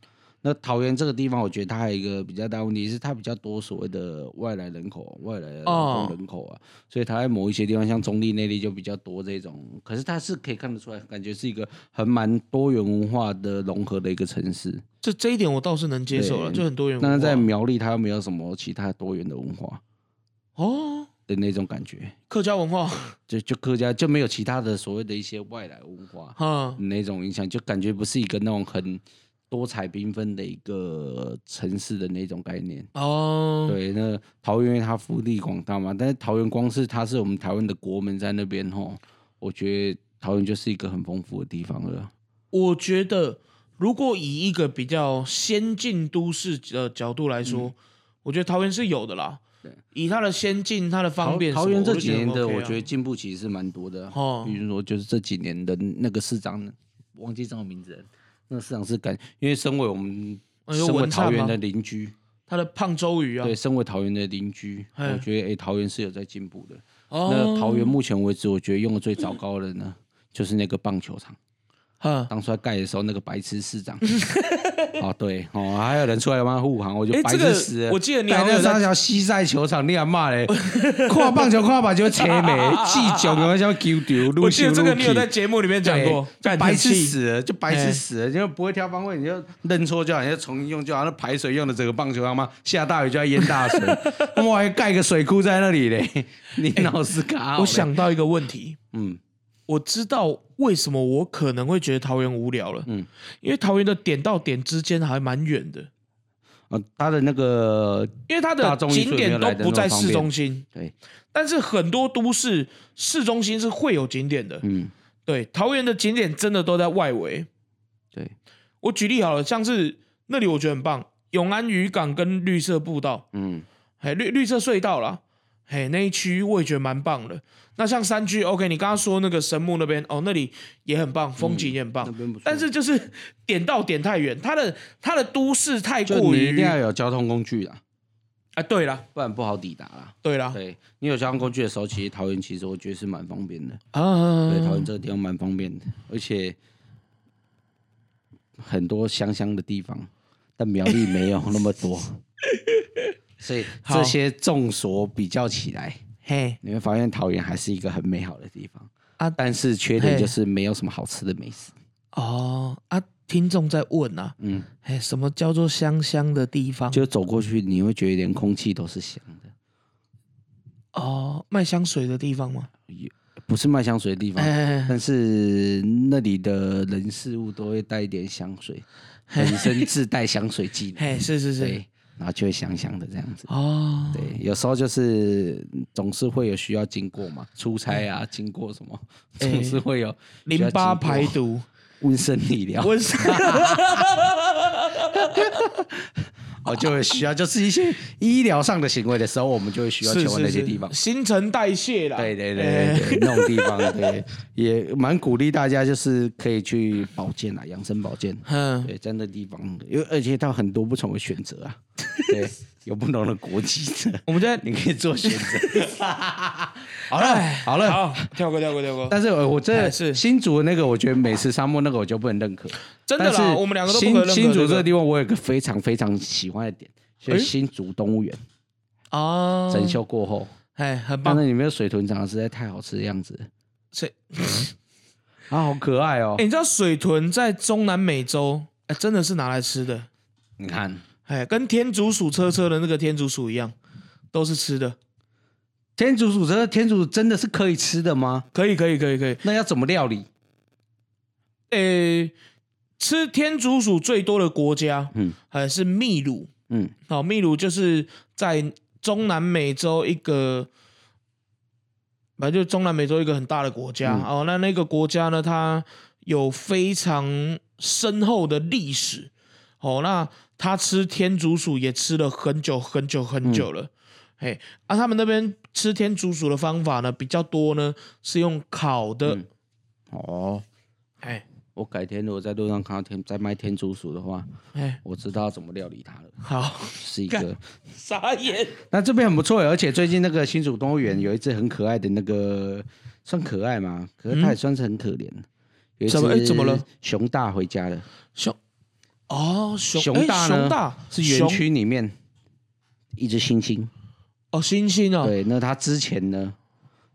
Speaker 2: 那桃园这个地方，我觉得它还有一个比较大问题是，它比较多所谓的外来人口、啊外来的劳
Speaker 1: 哦
Speaker 2: 动人口啊，所以它在某一些地方，像中立、内地就比较多这种。可是它是可以看得出来，感觉是一个很蛮多元文化的融合的一个城市。
Speaker 1: 这这一点我倒是能接受了，
Speaker 2: 对
Speaker 1: 就很多元文
Speaker 2: 那
Speaker 1: 化。
Speaker 2: 在苗栗，它又没有什么其他多元的文化
Speaker 1: 哦，
Speaker 2: 的那种感觉，
Speaker 1: 客家文化，
Speaker 2: 就就客家就没有其他的所谓的一些外来文化。
Speaker 1: 哈，
Speaker 2: 那种影响，就感觉不是一个那种很多彩缤纷的一个城市的那种概念。
Speaker 1: 哦，
Speaker 2: 对，那桃园它腹地广大嘛，但是桃园光是它是我们台湾的国门在那边吼，我觉得桃园就是一个很丰富的地方了。
Speaker 1: 我觉得如果以
Speaker 2: 嗯
Speaker 1: 一个比较先进都市的角度来说，我觉得桃园是有的啦。以它的先进、它的方便什么，
Speaker 2: 桃园这
Speaker 1: 我就
Speaker 2: 几
Speaker 1: 觉得
Speaker 2: 年的，
Speaker 1: OK 啊
Speaker 2: 我觉得进步其实是蛮多的啊。
Speaker 1: 哦
Speaker 2: 比如说，就是这几年的那个市长，忘记叫什么名字了，那个市长是感，因为身为我们
Speaker 1: 哎呦
Speaker 2: 身为
Speaker 1: 文灿
Speaker 2: 桃园
Speaker 1: 吗
Speaker 2: 的邻居，
Speaker 1: 它的胖周鱼啊，
Speaker 2: 对，身为桃园的邻居，我觉得哎，桃园是有在进步的。那
Speaker 1: 哦，
Speaker 2: 桃园目前为止，我觉得用的最糟糕的呢，就是那个棒球场。
Speaker 1: 哼，
Speaker 2: 当初在盖的时候，那个白痴 市长。哦，对，哦，还有人出来帮他护航，我觉得
Speaker 1: 哎
Speaker 2: 白
Speaker 1: 这
Speaker 2: 痴
Speaker 1: 个
Speaker 2: 死了。
Speaker 1: 我记得你
Speaker 2: 盖
Speaker 1: 好像
Speaker 2: 那
Speaker 1: 有在
Speaker 2: 三条西赛球场，你还骂嘞？跨棒球跨板就切眉， 气囧的像球丢，
Speaker 1: 我
Speaker 2: 撸
Speaker 1: 记
Speaker 2: 球
Speaker 1: 得这个
Speaker 2: 撸
Speaker 1: 你有在
Speaker 2: 球。
Speaker 1: 节目里面讲过，
Speaker 2: 对
Speaker 1: 干
Speaker 2: 就白痴，
Speaker 1: 很气哎
Speaker 2: 死了，就白痴死了，因为不会挑方位，你就认错就好，你就重新用就好。那排水用的整个棒球场嘛，下大雨就要淹 大水，我还盖个水库在那里嘞，你
Speaker 1: 哎
Speaker 2: 老是卡。
Speaker 1: 我，想到一个问题，
Speaker 2: 嗯，
Speaker 1: 我知道为什么我可能会觉得桃园无聊了，
Speaker 2: 嗯
Speaker 1: 因为桃园的点到点之间还蛮远的，
Speaker 2: 呃，他的那个
Speaker 1: 因为它
Speaker 2: 大
Speaker 1: 的
Speaker 2: 众运输
Speaker 1: 景
Speaker 2: 也没有
Speaker 1: 点都
Speaker 2: 来得
Speaker 1: 不
Speaker 2: 那么
Speaker 1: 在
Speaker 2: 方
Speaker 1: 市
Speaker 2: 便
Speaker 1: 中心，
Speaker 2: 对，
Speaker 1: 但是很多都市市中心是会有景点的，
Speaker 2: 嗯，
Speaker 1: 对，桃园的景点真的都在外围。
Speaker 2: 对，
Speaker 1: 我举例好了，像是那里我觉得很棒，永安渔港跟绿色步道，
Speaker 2: 嗯，
Speaker 1: 哎，绿绿色隧道啦，哎，那一区我也觉得蛮棒的。那像山区，OK，你刚刚说那个神木那边，哦，那里也很棒，风景也很棒，
Speaker 2: 嗯那边不错
Speaker 1: 但是就是 点到点太远，它的它的都市太
Speaker 2: 就
Speaker 1: 过
Speaker 2: 你一定
Speaker 1: 于
Speaker 2: 要有交通工具啦，
Speaker 1: 啊，对啦，
Speaker 2: 不然不好抵达啦。
Speaker 1: 对啦，
Speaker 2: 对你有交通工具的时候，其实桃园其实我觉得是蛮方便的。
Speaker 1: 啊，
Speaker 2: 对，桃园这个地方蛮方便的，而且很多香香的地方，但苗栗没有那么 多，所以
Speaker 1: 好
Speaker 2: 这些众所比较起来，
Speaker 1: 嘿，
Speaker 2: 你会发现桃园还是一个很美好的地方
Speaker 1: 啊
Speaker 2: 啊。但是缺点
Speaker 1: 嘿
Speaker 2: 就是没有什么好吃的美食。
Speaker 1: 哦啊，听众在问啊，
Speaker 2: 嗯，
Speaker 1: 哎，什么叫做香香的地方？
Speaker 2: 就走过去你会觉得连空气都是香的。
Speaker 1: 哦，卖香水的地方吗？
Speaker 2: 不是卖香水的地方，
Speaker 1: 哎
Speaker 2: 但是那里的人事物都会带一点香 水，本身自带香水技能，
Speaker 1: 嘿，是是是，
Speaker 2: 对，然后就会香香的这样子。
Speaker 1: 哦，
Speaker 2: 对，有时候就是总是会有需要经过嘛，出差啊，经过什么，
Speaker 1: 哎
Speaker 2: 总是会有
Speaker 1: 淋巴排
Speaker 2: 排
Speaker 1: 毒，
Speaker 2: 温生理疗，
Speaker 1: 温莎，
Speaker 2: 哦，就会需要就是一些医疗上的行为的时候，我们就会需要前往那些地方。
Speaker 1: 新陈代谢啦，哎
Speaker 2: 对对对对对，那种地 方对，也蛮鼓励大家就是可以去保健啊，养生保健。
Speaker 1: 嗯，
Speaker 2: 对，在那地方，因为而且它有很多不同的选择 啊，对，有不同的国籍的，
Speaker 1: 我们在
Speaker 2: 你可以做选 择。好了，好了，
Speaker 1: 哎好跳过跳过跳过，
Speaker 2: 但是呃我真
Speaker 1: 哎
Speaker 2: 的
Speaker 1: 是
Speaker 2: 新竹的那个，我觉得美食沙漠那个我就不能认可，
Speaker 1: 真的啦
Speaker 2: 但是
Speaker 1: 我们两个都不
Speaker 2: 新
Speaker 1: 可认可
Speaker 2: 新
Speaker 1: 这
Speaker 2: 竹
Speaker 1: 个
Speaker 2: 这个地方，我有一个非常非常喜欢的点，就是
Speaker 1: 哎
Speaker 2: 新竹动物园
Speaker 1: 哦，
Speaker 2: 整修过后，
Speaker 1: 哎，很
Speaker 2: 但
Speaker 1: 棒，
Speaker 2: 是里面的水豚长得实在太好吃的样子了，
Speaker 1: 水，
Speaker 2: 啊，好可爱哦
Speaker 1: 哎，！你知道水豚在中南美洲，哎，真的是拿来吃的，
Speaker 2: 你看
Speaker 1: 哎，跟天竺鼠车车的那个天竺鼠一样，都是吃的，
Speaker 2: 天竺鼠这天竺真的是可以吃的吗？
Speaker 1: 可以可以可以可以，
Speaker 2: 那要怎么料理？
Speaker 1: 诶，吃天竺鼠最多的国家，嗯
Speaker 2: 嗯，
Speaker 1: 还是秘鲁。
Speaker 2: 嗯，
Speaker 1: 好、秘鲁就是在中南美洲一个，反正就是中南美洲一个很大的国
Speaker 2: 嗯
Speaker 1: 家。哦，那那个国家呢，它有非常深厚的历史。哦，那它吃天竺鼠也吃了很久很久很久
Speaker 2: 嗯
Speaker 1: 了。嘿，啊，他们那边吃天竺鼠的方法呢比较多呢，是用烤的。
Speaker 2: 嗯哦，
Speaker 1: 哎、
Speaker 2: 我改天如果在路上看到天在卖天竺鼠的话，
Speaker 1: 哎，
Speaker 2: 我知道要怎么料理它了，
Speaker 1: 好，
Speaker 2: 是一个。
Speaker 1: 傻眼。
Speaker 2: 那这边很不错，而且最近那个新竹动物园有一只很可爱的那个，算可爱嘛，可是它也算是很可怜。有一
Speaker 1: 怎么哎
Speaker 2: 只
Speaker 1: 怎么了？
Speaker 2: 熊大回家了，
Speaker 1: 熊哦，熊
Speaker 2: 熊大
Speaker 1: 诶
Speaker 2: 呢
Speaker 1: 熊大
Speaker 2: 是园
Speaker 1: 熊
Speaker 2: 区里面一只猩猩。
Speaker 1: 哦，星星哦，
Speaker 2: 对，那它之前呢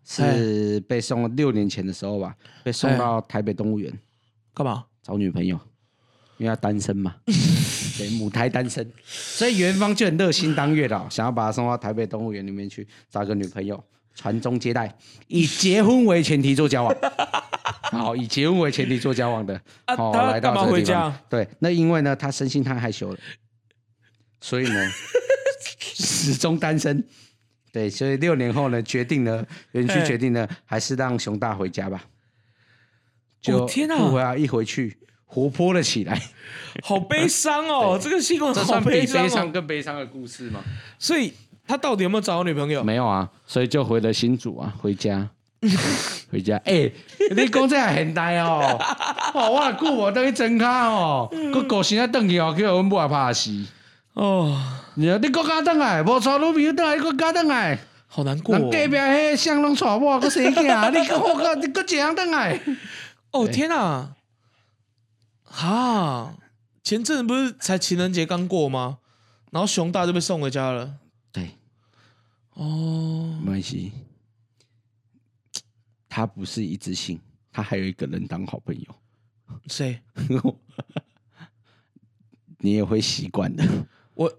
Speaker 2: 是被送了六年前的时候吧，被送
Speaker 1: 哎
Speaker 2: 到台北动物园
Speaker 1: 干嘛？
Speaker 2: 找女朋友，因为他单身 嘛，对，母胎单身，所以园方就很热心当月老，想要把他送到台北动物园里面去找个女朋友，传宗接代，以结婚为前提做交 往。好，以结婚为前提做交往的，
Speaker 1: 啊
Speaker 2: 好、
Speaker 1: 他
Speaker 2: 来
Speaker 1: 干
Speaker 2: 到
Speaker 1: 嘛
Speaker 2: 这个
Speaker 1: 回
Speaker 2: 地方
Speaker 1: 家。
Speaker 2: 对，那因为呢，他身心太害羞了，所以呢， 始终单身。对，所以六年后呢，决 定呢，园区
Speaker 1: 嘿
Speaker 2: 决定呢，还是让熊大回家吧。
Speaker 1: 哦天啊
Speaker 2: 不回来一回去，活泼了起来。
Speaker 1: 好悲伤哦，这个新闻
Speaker 2: 这
Speaker 1: 好
Speaker 2: 算比
Speaker 1: 伤
Speaker 2: 悲伤
Speaker 1: 哦。
Speaker 2: 更悲伤的故事吗？
Speaker 1: 所以他到底有没有找女朋友？
Speaker 2: 没有啊，所以就回了新竹啊，回 家，回家。哎、你讲这很呆 哦，哦，我的顾我等于真卡哦，个狗现在等去哦，叫阮母也怕死。
Speaker 1: 哦，
Speaker 2: 你你个敢等来，无娶女朋友等来，你个敢等来？
Speaker 1: 好难过、
Speaker 2: 人隔
Speaker 1: 哦。
Speaker 2: 壁迄乡拢娶某，个生囝，你个我个你个一人等来？
Speaker 1: 哦天啊！哈，前阵不是才情人节刚过吗？然后熊大就被送回家了。
Speaker 2: 对，
Speaker 1: 哦，
Speaker 2: 没关系，他不是一致性，他还有一个人当好朋友，
Speaker 1: 谁？
Speaker 2: 你也会习惯的。
Speaker 1: 我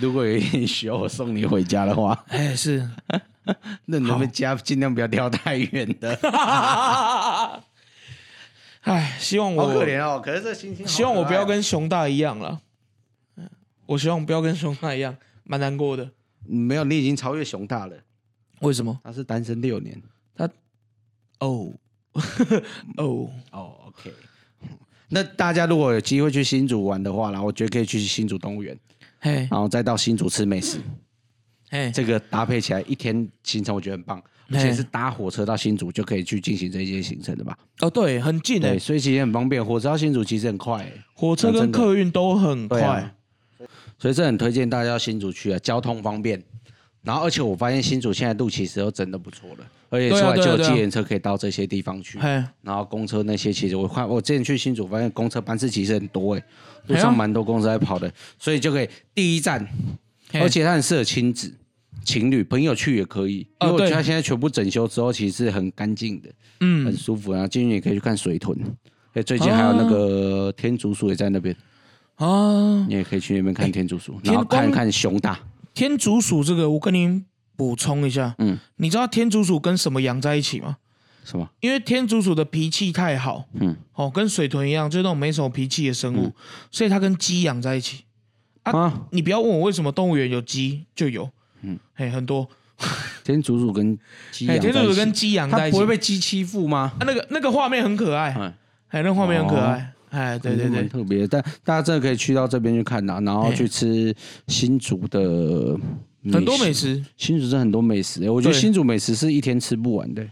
Speaker 2: 如果有一天需要我送你回家的 话，
Speaker 1: 哎是，
Speaker 2: 那你们家尽量不要挑太远的。
Speaker 1: 哎，希望我
Speaker 2: 好可怜哦，可是这心情好可爱哦，
Speaker 1: 希望我不要跟熊大一样了。我希望不要跟熊大一样，蛮难过的。
Speaker 2: 没有，你已经超越熊大了，
Speaker 1: 为什么？
Speaker 2: 他是单身六年。
Speaker 1: 哦，哦，
Speaker 2: 哦，OK。那大家如果有机会去新竹玩的话啦，我觉得可以去新竹动物园，
Speaker 1: 嘿，
Speaker 2: 然后再到新竹吃美食，
Speaker 1: 嘿，
Speaker 2: 这个搭配起来一天行程我觉得很棒，而且
Speaker 1: 嘿
Speaker 2: 是搭火车到新竹就可以去进行这些行程的吧？
Speaker 1: 哦，对，很近
Speaker 2: 对，
Speaker 1: 诶，
Speaker 2: 所以其实很方便，火车到新竹其实很快、欸，
Speaker 1: 火车跟
Speaker 2: 真的
Speaker 1: 客运都很
Speaker 2: 对啊
Speaker 1: 快。
Speaker 2: 所以这很推荐大家到新竹去啊，交通方便。然后，而且我发现新竹现在路其实都真的不错了，而且出
Speaker 1: 对啊
Speaker 2: 来就
Speaker 1: 对啊
Speaker 2: 有
Speaker 1: 对啊
Speaker 2: 计程车可以到这些地方去。
Speaker 1: 嘿，
Speaker 2: 然后公车那些，其实我看我之前去新竹，发现公车班次其实很多哎、
Speaker 1: 哎
Speaker 2: 路
Speaker 1: 呀
Speaker 2: 上蛮多公车在跑的，所以就可以第一站，
Speaker 1: 嘿
Speaker 2: 而且它很适合亲子、情侣、朋友去也可以，因
Speaker 1: 哦
Speaker 2: 为我觉
Speaker 1: 对
Speaker 2: 得它现在全部整修之后，其实是很干净的，很
Speaker 1: 嗯，
Speaker 2: 舒服。然后进去也可以去看水豚，哎，最近还有那
Speaker 1: 哦
Speaker 2: 个天竺鼠也在那边，
Speaker 1: 啊，
Speaker 2: 你也可以去那边看天竺鼠，
Speaker 1: 天
Speaker 2: 然后看
Speaker 1: 光
Speaker 2: 看熊大。
Speaker 1: 天竺鼠这个，我跟您补充一下，
Speaker 2: 嗯，
Speaker 1: 你知道天竺鼠跟什么羊在一起吗？
Speaker 2: 什么？
Speaker 1: 因为天竺鼠的脾气太好，
Speaker 2: 嗯，
Speaker 1: 哦，跟水豚一样，就是那种没什么脾气的生物，所以它跟鸡养在一起。
Speaker 2: 啊，
Speaker 1: 你不要问我为什么动物园有鸡就有，嗯，嘿，很多，
Speaker 2: 天竺鼠跟鸡
Speaker 1: 嘿，
Speaker 2: 养
Speaker 1: 哎天竺鼠跟鸡养
Speaker 2: 它
Speaker 1: 在一
Speaker 2: 不
Speaker 1: 起，
Speaker 2: 会
Speaker 1: 啊、
Speaker 2: 被鸡欺负吗？
Speaker 1: 那个那个画面很可爱，
Speaker 2: 嗯哦
Speaker 1: 哎，那个画面很可爱，哎，对对
Speaker 2: 蛮
Speaker 1: 对，
Speaker 2: 特别的。但大家真的可以去到这边去看呐、啊然后去吃新竹的美食
Speaker 1: 很多美。食，
Speaker 2: 新竹是很多美食、我觉得
Speaker 1: 对
Speaker 2: 新竹美食是一天吃不完的，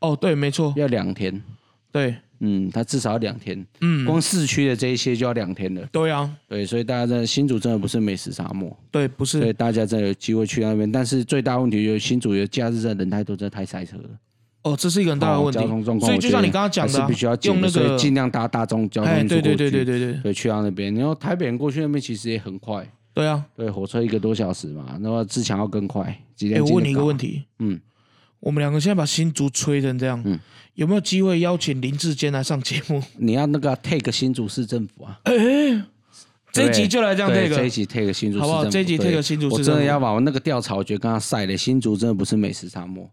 Speaker 1: 哦，对，没错，
Speaker 2: 要两天。
Speaker 1: 对，
Speaker 2: 嗯，它至少要两天，
Speaker 1: 嗯，
Speaker 2: 光市区的这一些就要两天了。
Speaker 1: 对啊，
Speaker 2: 对，所以大家真的新竹真的不是美食沙漠，
Speaker 1: 对，不
Speaker 2: 所以
Speaker 1: 是，
Speaker 2: 大家真的有机会去那边。但是最大问题就是新竹有假日真的人太多，真的太塞车了。
Speaker 1: 哦，这是一个很大的问题，
Speaker 2: 哦交通状况
Speaker 1: 所以就像你刚刚
Speaker 2: 还
Speaker 1: 讲
Speaker 2: 是
Speaker 1: 的啊、
Speaker 2: 必须要解决
Speaker 1: 用那
Speaker 2: 所以
Speaker 1: 个，
Speaker 2: 尽量搭大众交通
Speaker 1: 哎，
Speaker 2: 运输
Speaker 1: 对对
Speaker 2: 工具
Speaker 1: 对对对对
Speaker 2: 对，去到那边，然后台北人过去那边其实也很快，
Speaker 1: 对啊，
Speaker 2: 对，火车一个多小时嘛，那么自强要更快。几
Speaker 1: 哎、
Speaker 2: 点？
Speaker 1: 我问你一个问
Speaker 2: 题，
Speaker 1: 题，
Speaker 2: 嗯，
Speaker 1: 我们两个现在把新竹吹成这样，
Speaker 2: 嗯
Speaker 1: 有没有机会邀请林志坚来上节目？哎
Speaker 2: 你要那个 take 新竹市政府啊，
Speaker 1: 这一集就来这样
Speaker 2: 对
Speaker 1: take，
Speaker 2: 这一集 take 新竹市政府，
Speaker 1: 好不好这一集
Speaker 2: 对
Speaker 1: take 新竹市
Speaker 2: 我
Speaker 1: 政府
Speaker 2: 真的要把我那个调查，我觉得跟他晒了，新竹真的不是美食沙 漠，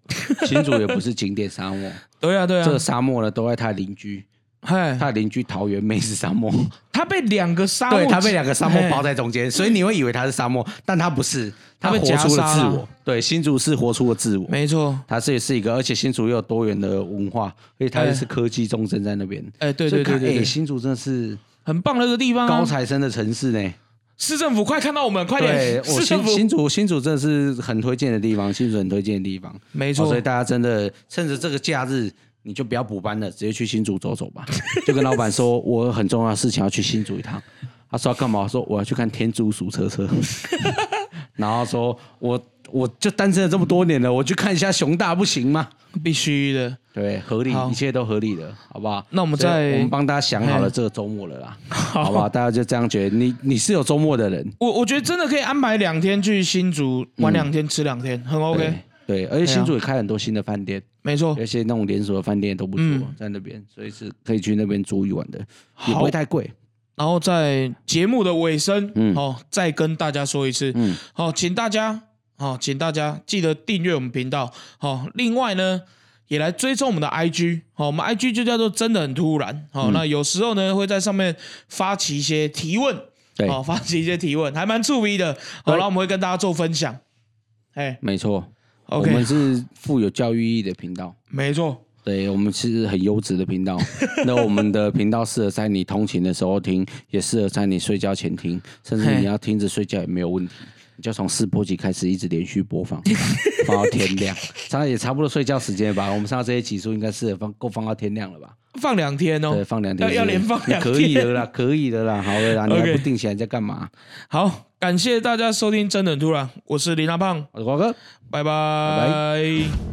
Speaker 2: 新竹也不是景点沙漠，
Speaker 1: 对啊，对啊
Speaker 2: 这，个沙漠呢都在他的邻居，
Speaker 1: 嗨，
Speaker 2: 他的邻居桃园美食沙漠，
Speaker 1: 他被两个沙漠，
Speaker 2: 对，它被两个沙漠包
Speaker 1: 在。
Speaker 2: 在中间，所以你会以为它是沙漠，但它不是，
Speaker 1: 它
Speaker 2: 它
Speaker 1: 被
Speaker 2: 活出
Speaker 1: 夹
Speaker 2: 了
Speaker 1: 杀
Speaker 2: 自
Speaker 1: 了
Speaker 2: 我。对，新竹是活出了自我，
Speaker 1: 没错，
Speaker 2: 它这也是一个，而且新竹又有多元的文化，而且它也是科技重镇在那边。
Speaker 1: 哎，对
Speaker 2: 所以
Speaker 1: 对对
Speaker 2: 看
Speaker 1: 对
Speaker 2: 哎
Speaker 1: 对，
Speaker 2: 新竹真的是
Speaker 1: 很棒的一个地方啊
Speaker 2: 高！材生的城市呢。
Speaker 1: 市政府快看到我们，快
Speaker 2: 对，
Speaker 1: 点！
Speaker 2: 我
Speaker 1: 市政
Speaker 2: 新
Speaker 1: 府，
Speaker 2: 新竹新竹真的是很推荐的地方，新竹很推荐的地方。
Speaker 1: 没
Speaker 2: 哦
Speaker 1: 错
Speaker 2: 所以，大家真的趁着这个假日，你就不要补班了，直接去新竹走走吧。就跟老板说，我有很重要的事情要去新竹一趟。他说要干嘛？我说我要去看天竺鼠车 车。然后说我我就单身了这么多年了，我去看一下熊大不行吗？
Speaker 1: 必须的。
Speaker 2: 对，合理
Speaker 1: 好，
Speaker 2: 一切都合理的，好不好？
Speaker 1: 那我们
Speaker 2: 所以
Speaker 1: 再
Speaker 2: 我们帮大家想好了
Speaker 1: 嘿
Speaker 2: 这个周末了 啦，好不好？大家就这样觉得，你你是有周末的人
Speaker 1: 我我觉得真的可以安排两天去新竹玩两天，吃两天，很 OK。
Speaker 2: 嗯
Speaker 1: 啊
Speaker 2: 对对，而且
Speaker 1: 对
Speaker 2: 新
Speaker 1: 啊
Speaker 2: 竹也开很多新的饭店，
Speaker 1: 没错，
Speaker 2: 有些那种连锁的饭店都不错，在那边，所以是可以去那边住一晚的，也不
Speaker 1: 嗯好
Speaker 2: 会太贵。
Speaker 1: 然后在节目的尾声，哦，再跟大家说一次，
Speaker 2: 嗯
Speaker 1: 好、请大家，好、请大家记得订阅我们频道，好、另外呢，也来追踪我们的 IG，好、我们 IG 就叫做真的很突然，好、
Speaker 2: 嗯
Speaker 1: 那有时候呢会在上面发起一些提问，
Speaker 2: 对，
Speaker 1: 好、发起一些提问，还蛮触逼的，好、
Speaker 2: 对
Speaker 1: 然后我们会跟大家做分享，哎
Speaker 2: 没错，我们
Speaker 1: ，OK，
Speaker 2: 是富有教育意义的频道。
Speaker 1: 没错，
Speaker 2: 对我们是很优质的 频道，那我们的频道适合在你通勤的时候听，也适合在你睡觉前听，甚至
Speaker 1: 嘿
Speaker 2: 你要听着睡觉也没有问题。就从试播集开始一直连续 播放，放到天亮，常常也差不多睡觉时间吧。我们上到这些集数应该是放够放到天亮了吧？
Speaker 1: 放两天哦
Speaker 2: 对，，放两天
Speaker 1: 要要
Speaker 2: 是
Speaker 1: 连放两
Speaker 2: 可以
Speaker 1: 天
Speaker 2: 的啦，可以的啦，好的啦，你还
Speaker 1: OK
Speaker 2: 不定起来你在干嘛？
Speaker 1: 好，感谢大家收听《真的很突然》，我是林大胖，
Speaker 2: 我是瓜哥。
Speaker 1: 拜拜